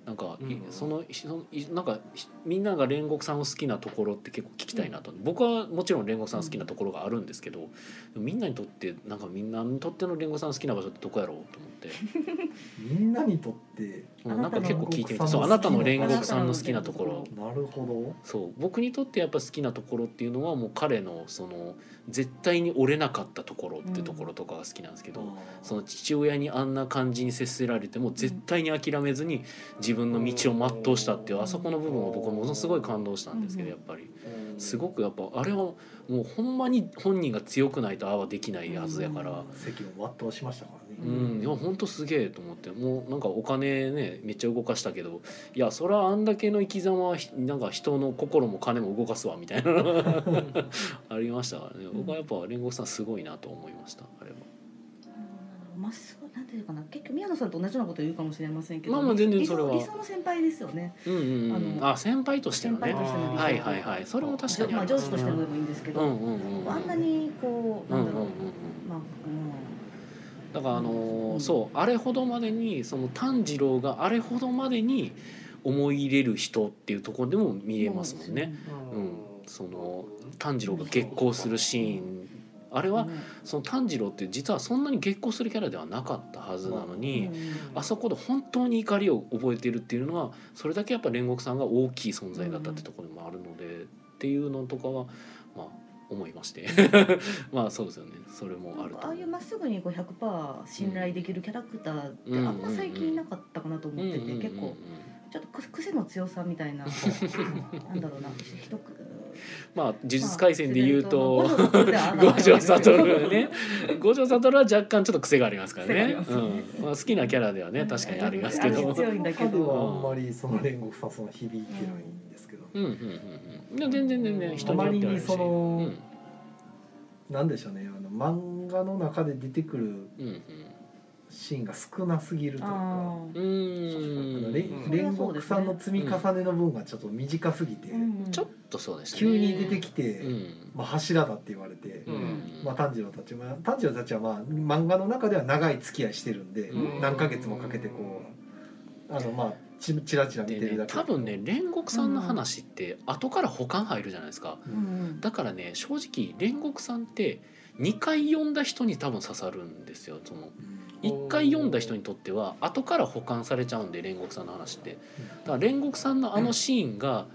なんか、い
うん
そのそのいなんかひみんなが煉獄さんを好きなところって結構聞きたいなと、僕はもちろん煉獄さん好きなところがあるんですけど、みんなにとってなんかみんなにとっての煉獄さん好きな場所ってどこやろうと思って。
みんなにとって
うんなんか結構聞いてみて
あなたの
そうあなたの煉獄さんの好きなところ
なるほ
そう僕にとってやっぱ好きなところっていうのはもう彼のその絶対に折れなかったところってところとかが好きなんですけど、
ど
その父親にあんな感じに接せられても絶対に諦めずに自分の道を全うしたっていうあそこの部分は僕はものすごい感動したんですけど
うん
やっぱりすごくやっぱあれはもうほんまに本人が強くないとああはできないはずやから。
席を全うしましたからね、
うん、いや本当すげえと思ってもうなんかお金ねめっちゃ動かしたけどいやそれはあんだけの生き様はひなんか人の心も金も動かすわみたい なありましたからね僕はやっぱ煉獄さんすごいなと思いましたあれは
まっすぐなんていうかな結局宮野さんと同じようなこと言うかもしれませんけど、
まあまあ全然
理想
それは
理想の先輩ですよね
うんうんうん
あの
あ先輩としてのね
先輩としての理想
はいはいはいそれも確かに
ま
あ
あ、
り
上
ます
司としてもいいんですけ
う
ど、
んうんうんうん
あんなにこう
う
なんん
うんうん
だろ
うん
う、まあ、
だからあのーそうあれほどまでにその炭治郎があれほどまでに思い入れる人っていうところでも見えますもんね。うん、その炭治郎が激高するシーンあれ
うん、
はその炭治郎って実はそんなに激高するキャラではなかったはずなの
うん
に、あそこで本当に怒りを覚えているっていうのはそれだけやっぱ煉獄さんが大きい存在だったってところもあるので、っていうのとかはまあ思いま してまあそうですよねそれもあると
ああ
思
い
う。
うまっすぐにこう100%信頼できるキャラクターってあんま最近いなかったかなと思ってて、
う
結
んうんう
構
ん
ちょっとく癖の強さみたいななんだろうなひどく
まあ呪術廻戦で言うと、
まあ五条悟ではあ
五条悟
んな感じですけど
ね五条悟は若干ちょっと癖がありますから
癖が
ね
ありますね
うんまあ、好きなキャラではね確かにありますけど
あれ
う
強いんだけど
ではあんまりその煉獄さんその響いてないんですけど、
んうんうんうんいや全然全然人によってはあるし
あまりにその
うん
なんでしょうねあの漫画の中で出てくる
うん
シーンが少なすぎるというか
あ
う
あ
ん
の
う
れ
ー
ん
ん
それは
煉
そうで
獄
すね
さんの積み重ねの分がちょっと短すぎて、
ー、うん
ちょっとそうでしたね
急に出てきて、
うん
まあ、柱だって言われて、
うん
まあ、炭治郎たちも炭治郎たちは、まあ、漫画の中では長い付き合いしてるんで、
うん
何ヶ月もかけてこうあのまあちチラチラ見
で
てる
ね
だけ
多分ね煉獄さんの話って後から保管入るじゃないですか
うんうん
だからね正直煉獄さんって2回読んだ人に多分刺さるんですよその
うん
一回読んだ人にとっては後から保管されちゃうんで煉獄さんの話ってだから煉獄さんのあのシーンが、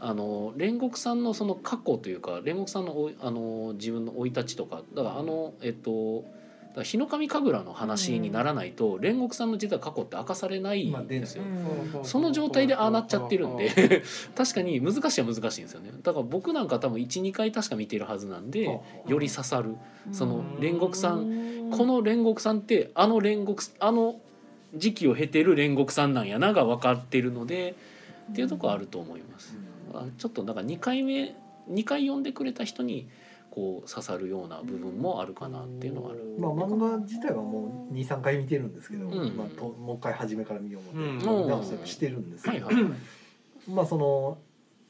あの煉獄さんのその過去というか煉獄さんのおいあの自分の生い立ちとかだからあのえっとから日の神神楽の話にならないと、煉獄さんの実は過去って明かされないんですよ、
うん
その状態でああなっちゃってるんで 確かに難しいは難しいんですよねだから僕なんか多分12回確か見てるはずなんでより刺さるその煉獄さんこの煉獄さんってあの煉獄あの時期を経てる煉獄さんなんやなが分かってるのでっていうところあると思います。あちょっとなんか2回目2回読んでくれた人にこう刺さるような部分もあるかなっていうのはある。
まあ漫画自体はもう23回見てるんですけ
う
ど、
ん
まあ、ともう一回初めから見よう
う
思っ
ん
て見直したりしてるんですけ
はい
ど、
はいはい
まあその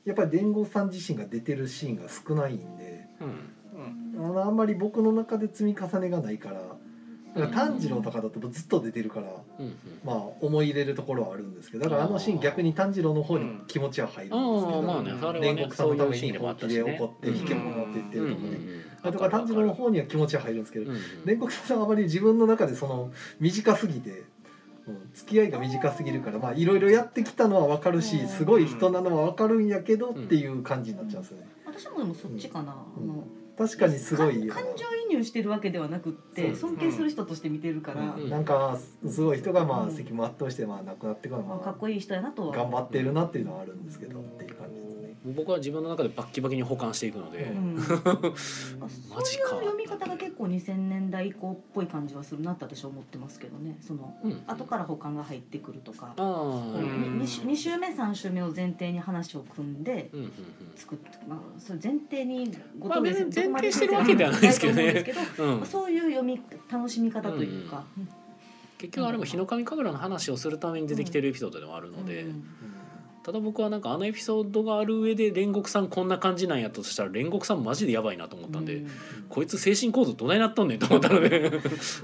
やっぱり伝言さん自身が出てるシーンが少ないんで
うん
あのあんまり僕の中で積み重ねがないからだから炭治郎とかだとずっと出てるから、
うん
まあ、思い入れるところはあるんですけどだからあのシーン逆に炭治郎の方に気持ちは入るん
う
ですけ
ん、ああま
ど
あねそれは
煉
ね
獄さん
そう
の
い
た
う意
め
味で
に
もあ
本
っ
気
たし
で
ね。
怒って
うん
引け物って言って
うんうん
ると
う
かね、
ん
あとか炭治郎の方には気持ちは入るんですけど、
うんうん
煉獄さんはあまり自分の中でその短すぎて、うん、付き合いが短すぎるからまあいろいろやってきたのはわかるし
うん
すごい人なのはわかるんやけどっ
ん
ていう感じになっちゃうんですよね。
私もでもそっちかな、
うん
あの
確かにすごい
感感情移入してるわけではなくって
そう
尊敬する人として見てるから、
うん
なんかすごい人がま
う
あ
ん
責務圧倒してまあ亡くなってから
まあ、
ま
かっ
あ
こいい人やなとは
頑張ってるなっていうのはあるんですけどっていう感じですね。
僕は自分の中でバッキバキに保管していくので、
う
うん、あ
マジか
そういう読み方が結構2000年代以降っぽい感じはするなって私は思ってますけどねその
うん、
後から保管が入ってくるとか、
ああ
こう
うん
ん
に 2, 週目3週目を前提に話を組んで
うんうん
作って、まあ、それ前提にご
まあ別に
どこま
前提してるわけではないですけどね
ないと 思うんですけ
うん
どまあそういう読み楽しみ方というか、
結局あれも日の神神楽の話をするために出てきてるエピソードでもあるので、
うん
ただ僕はなんかあのエピソードがある上で煉獄さんこんな感じなんやとしたら煉獄さんマジでやばいなと思ったんで、
うん
こいつ精神構造どないなっとんねんと思ったので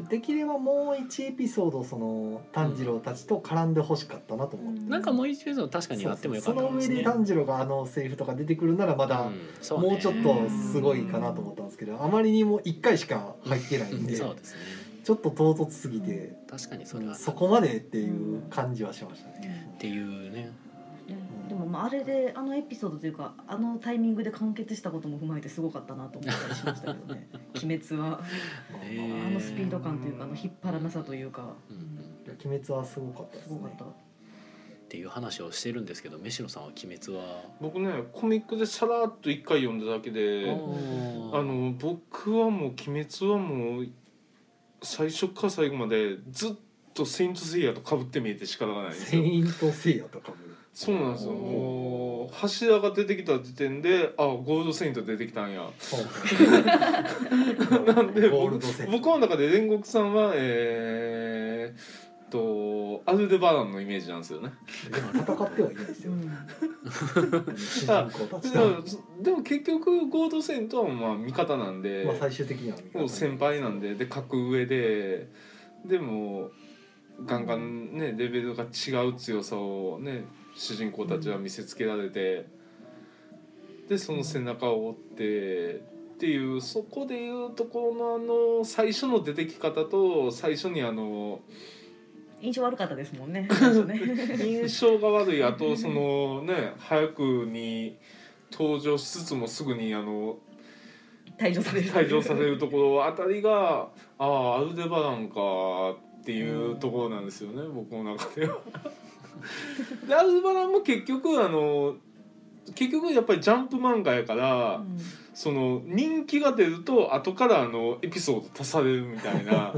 できればもう1エピソードその炭治郎たちと絡んでほしかったなと思って、
なんかもう一度確かにあってもよかった
そ
か
う
も
そう
ですね
その上で炭治郎があのセリフとか出てくるならまだ、
うんそね
もうちょっとすごいかなと思ったんですけど、あまりにも1回しか入ってないんで、
そうですね
ちょっと唐突すぎて、
確かにそれは
そこまでっていう感じはしましたね。
っていうね
うんでもまああれであのエピソードというかあのタイミングで完結したことも踏まえてすごかったなと思ったりしましたけどね「鬼滅は」あ
ね
のスピード感というかあの引っ張らなさというか
うんうん
鬼滅はすごかったですす
ご
ね
か。った。
っていう話をしてるんですけど飯野さんは「鬼滅は」
僕ねコミックでさらっと一回読んだだけで
あー
あの僕はもう「鬼滅」はもう最初から最後までずっと「セイント・セイヤ」と被って見えて仕方がないんです
セ
よ
イントセイヤとかも
そうなんですよもう柱が出てきた時点であゴールド・セイント出てきたんやなんで
ゴー
僕
ルドセイン
僕の中で煉獄さんはえー、っとアルデバランのイメージなんですよね
ト戦ってはいないですよ。主人公た
で
ちと、
でも結局ゴールド・セイントはまあ味方なんで、
まあ、最終的には味方
もう先輩なんでで格上ででもガンガンねレベルが違う強さをね主人公たちは見せつけられてでその背中を追ってっていうそこでいうところのあの最初の出てき方と最初にあの
印象悪かったですもんね。最初ね
印象が悪いあとそのね早くに登場しつつもすぐにあの
退場される。
退場されるところあたりがああアルデバランかっていうところなんですよね、僕の中では。でアルデバランも結局あの結局やっぱりジャンプ漫画やから、
うん。
その人気が出ると後からあのエピソード足されるみたいな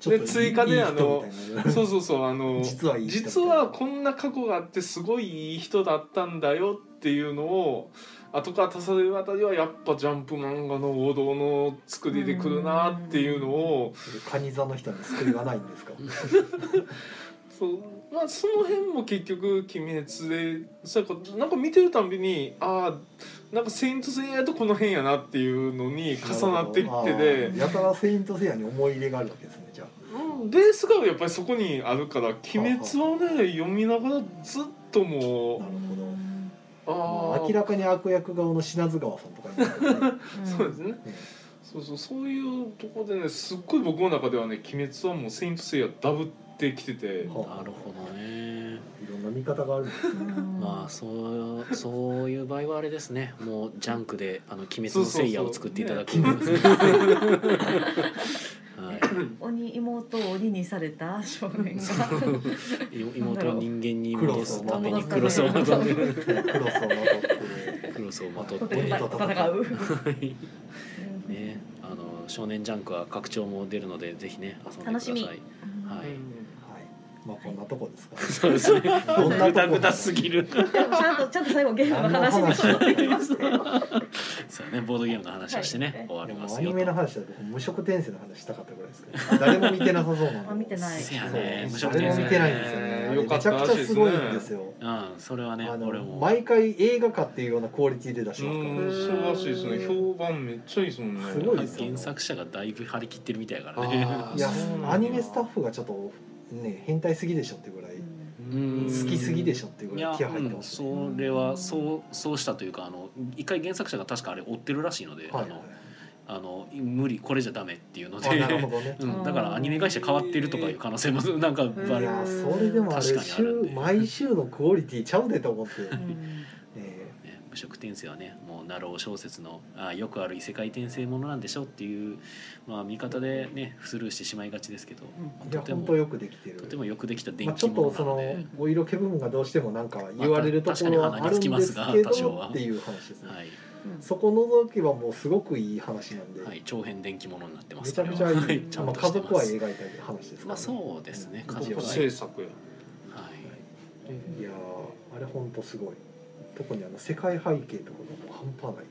ちょっと
で追加で
いい
あの
人みたいな
そうそうそう あの
実はいい人
実はこんな過去があってすごいいい人だったんだよっていうのを後から足されるあたりはやっぱジャンプ漫画の王道の作りでくるなっていうのを
カニ座の人に救いはないんですか。
そう、まあ、その辺も結局「鬼滅で」そうかなんか見てるたんびにああなんか「セイント・セイヤ」とこの辺やなっていうのに重なってきてで
あー。やたらセイントセイヤに思い入れがあるわけですねじゃあ
うんベースがやっぱりそこにあるから「鬼滅」はね読みながらずっと
な
も
るほど
うああ
明らかに悪役側の品津川さんとかになってるね
そうですね
うん
そうそうそういうとこでねすっごい僕の中ではね「鬼滅」はもう「セイント・セイヤ」ダブってきてて
は
なるほどね
いろんな見方があるんですね
うん
まあそう そういう場合はあれですねもうジャンクで「あの鬼滅の聖夜」を作っていただく
そうそう
ねはい
鬼妹を鬼にされた少年が
い 妹を人間に
ク
戻
ロ
す
スを
ため
守
に
っ
クロスをまとって
てクロスをまとって
クロスをまとっ
と
て
て
は
も戦う。
いねあの少年ジャンクは拡張も出るのでぜひね遊んでくだ
楽
さ
し
い
み
はい
はいまあこんなとこですか
そうですね
どんなとこ
グダグダすぎる
でもちゃんとちゃんと最後ゲームの話に戻ってきましたよ。
そうねボードゲームの話をしてね、
はい
終わり
で
ま
もア
す
ニ
よ
メの話だと僕無色転生の話したかったぐらいですけど誰も見てなさそうな
あ
の
見てない
せやね
そう
無色
誰
転生
も見てないんですよねあれ
よか
め
っ
ち
た
ゃく
ら
ち
し
ゃ
いですね
すごいんですよ
うんそれはね
あ
俺も
の毎回映画化っていうようなクオリティで出し
う
ますからね
ん、そうらしいですね。評判めっちゃいいですもんね。
すごいですよ
原作者がだいぶ張り切ってるみたいやから
あ
ね
ー
いや
そうなんだ
アニメスタッフがちょっとね変態すぎでしょってぐらい
うん
好きすぎでしょっていう
い
ぐ
や
らい気合入って
うん
ますね
それはそうそうしたというかあの一回原作者が確かあれ追ってるらしいので、
はい
あのあの無理これじゃダメっていうので
あなるほどね
うん、だからアニメ会社変わってるとかいう可能性もなんか
い
バレる
やそれでもあれ
確かにあるん
週
で
毎週のクオリティちゃうでと思って、
うんうん
え
ね無職転生はねもうナロー小説のあよくある異世界転生ものなんでしょっていう、まあ、見方でねスルーしてしまいがちですけど、
ーい
と
や
て
本
も
当よくできてる
とてもよくできた
ま
電
あ、ち
気
ょっと
もの
そ
なの
の
で、
お色気部分がどうしてもなんか言われるところはあるんです
まあ
け
確かに鼻につきますが多少
ど
は
っていう話ですね、
はい
そこ除けばもうすごくいい話なんで、
はい、長編電気ものになってま
め
す
ちゃくちゃいい、
これははい、ちゃ
ま
ん
あ、
とし
家
て
族は
ます
描いたい話ですからね、
まあそうですね
うん
家族は
制作や。
はい
いやーあれほんとすごい特にあの世界背景とかがもう半端ない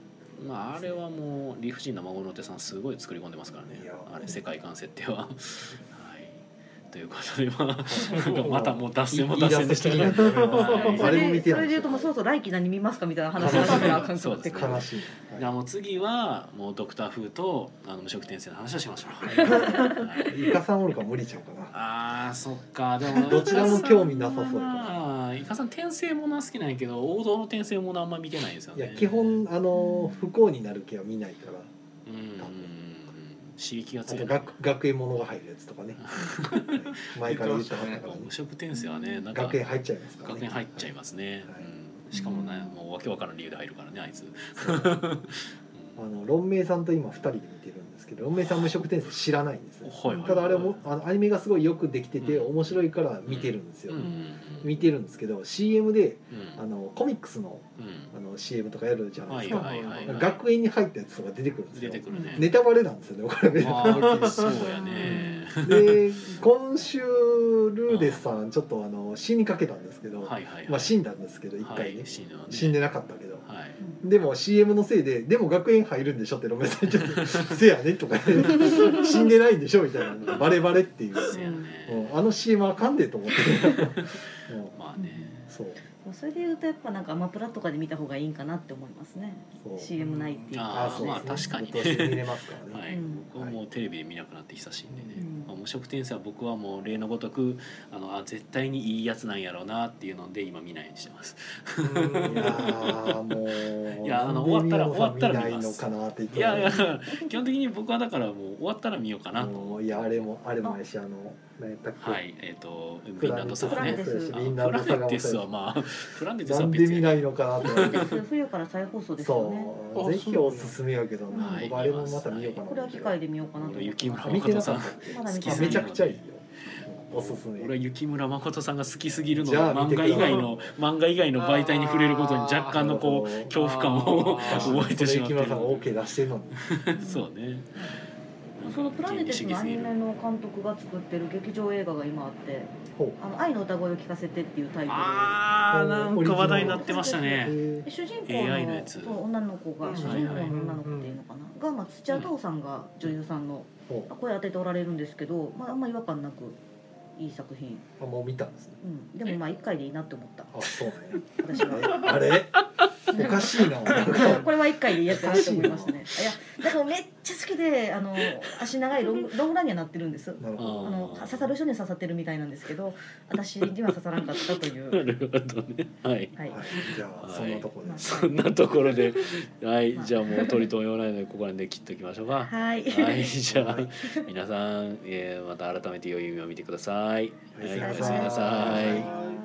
まあ、あれはもう理不尽な孫の手さんすごい作り込んでますからね
いや
あれ世界観設定は。 はい、ということで、まあ、なんかまたもう脱線も脱線でしたけ
言い
ど
出す気になる
はい
そ
あれも
れ
見
で
て
そ
な
れ
い
で言うともうそろそろ来期何見ますかみたいな話にならなあかんくなってくる。
悲しい、
じゃあ
は
もう次はもうドクター風とあの無職転生の話をしましょ う。はい
い、イカさんおるから無理ちゃうかな
あーそっかでも
どちらも興味なさそうやな
まあイカさん転生ものは好きなんやけど王道の転生ものあんま見てないんですよ
いや
ね。
基本あの不幸になる気は見ないから
うんうん刺激が
あ
強
と
い。
学学園ものが入るやつ とかねはい前から言ってはったからね
無職転生はねなんか
学園入っちゃいますからね
学園入っちゃいますね、
はい
うん、しかもねもうわけわからん理由で入るからねあいつ、
あのロンメイさんと今2人で見てるんですけどロンメイさん無職転生知らないんですね
はいはいはい
ただあれもあのアニメがすごいよくできてて
うん
面白いから見てるんです
うん
よ、
うんうん
見てるんですけど CM で
うん
あのコミックスのあの CM とかやるじゃないですか、
はいはいはいはい
学園に入ったやつとか出てくるんです
出
よ
てくるね、
ネタバレなんですよねこれめっち
ま
ゃ
あそうやね
で今週ルーデスさんちょっとあの死にかけたんですけど、
はいはいはい、
まあ、死んだんですけど一
は
回ね、
い、死ぬわね
死んでなかったけど
はい
でも CM のせいで「でも学園入るんでしょ」ってロメさんちょっと「せやね」と か、ね「死んでないんでしょ」みたいなのバレバレっていう
そうやね、
もうあの CM あかんでと思って も
まあね
うそう
それで言うとやっぱなんかアマプラとかで見た方がいいんかなって思いますね。
そう
CM ないっていうか。
あーまあ確かにね
今年見れますからね、
はい、
うん
僕はもうテレビで見なくなって久しいんでね、
うん
まあ、無職転生は僕はもう例のごとくあのあ絶対にいいやつなんやろうなっていうので今見ないようにしてます
いやーもう
いやあの
なんで
終わったら
宮
終わったら見
野さん見ない
ま
の
す
かなって言っ
いやいや基本的に僕はだからもう終わったら見ようかなと思って
いやあれもあれもないしあの何やったっけ、
はい、えっ、と、フィンランドサ
プ
ガ
ラ
ね
ネ。
テ
テス
あのプ
フィンランド
ラ
サガ
ネ
も
テス
そ
は
う
まあ、プラネ
で
テス
す
は
なんで
別
見
に。
ないのかなって思って
冬から再放送ですよね。
そうぜひおすすめやけどな、
はい
僕あれもまた見ようかな
これは機会で見ようかなと思って
雪村
ます。
見てな
誠
か
さ
っ
ん
た。
まだ見
好
て
き
ない。
めちゃくちゃいいよおすすめ
俺は雪村誠さんが好きすぎるの
じ
で
ゃあ見
漫
てく
画
ださい
以外の漫画以外の媒体に触れることに若干のこ
なる
う
ほ
恐怖感を
あー
覚えてしまって
それ木村さんが
る
OK 出してるのに
そうね
そのプラネテスのアニメの監督が作ってる劇場映画が今あって、
ほ
あの愛の歌声を聞かせてっていうタイトル
あーなんか話題になってました
う、
ね
え
で。主人公
AI のや
の
つ
そう女の子
う
が
ん
主人公の女の子っていうのかな、がまあ土屋太鳳さんが女優さんの
ーほ
声当てておられるんですけど、まああんま違和感なくいい作品。
うあもう見たんですね
うん、でもまあ一回でいいなって思った。
あそうね
私 は。
あれおかし いな
これは一回でいいやつだなと思いましたね。いや、だからめっちゃ好きで、あの足長いロングロングランにはなってるんです。
なる
あ
ほど
あ
ー
の刺さる人には刺さってるみたいなんですけど、私には刺さらんかったとい
な
う。
るほどね はい
はい。
はい、じゃあそんなところです、
そんなところではいじゃあもう取り留めもないのでここら辺で切っときましょうか
はい。
はい、じゃあ、皆さん、えーまた改めて良い夢を見てください。
お
は
やすみ
い、お
な
や
さ
すみなさい。
い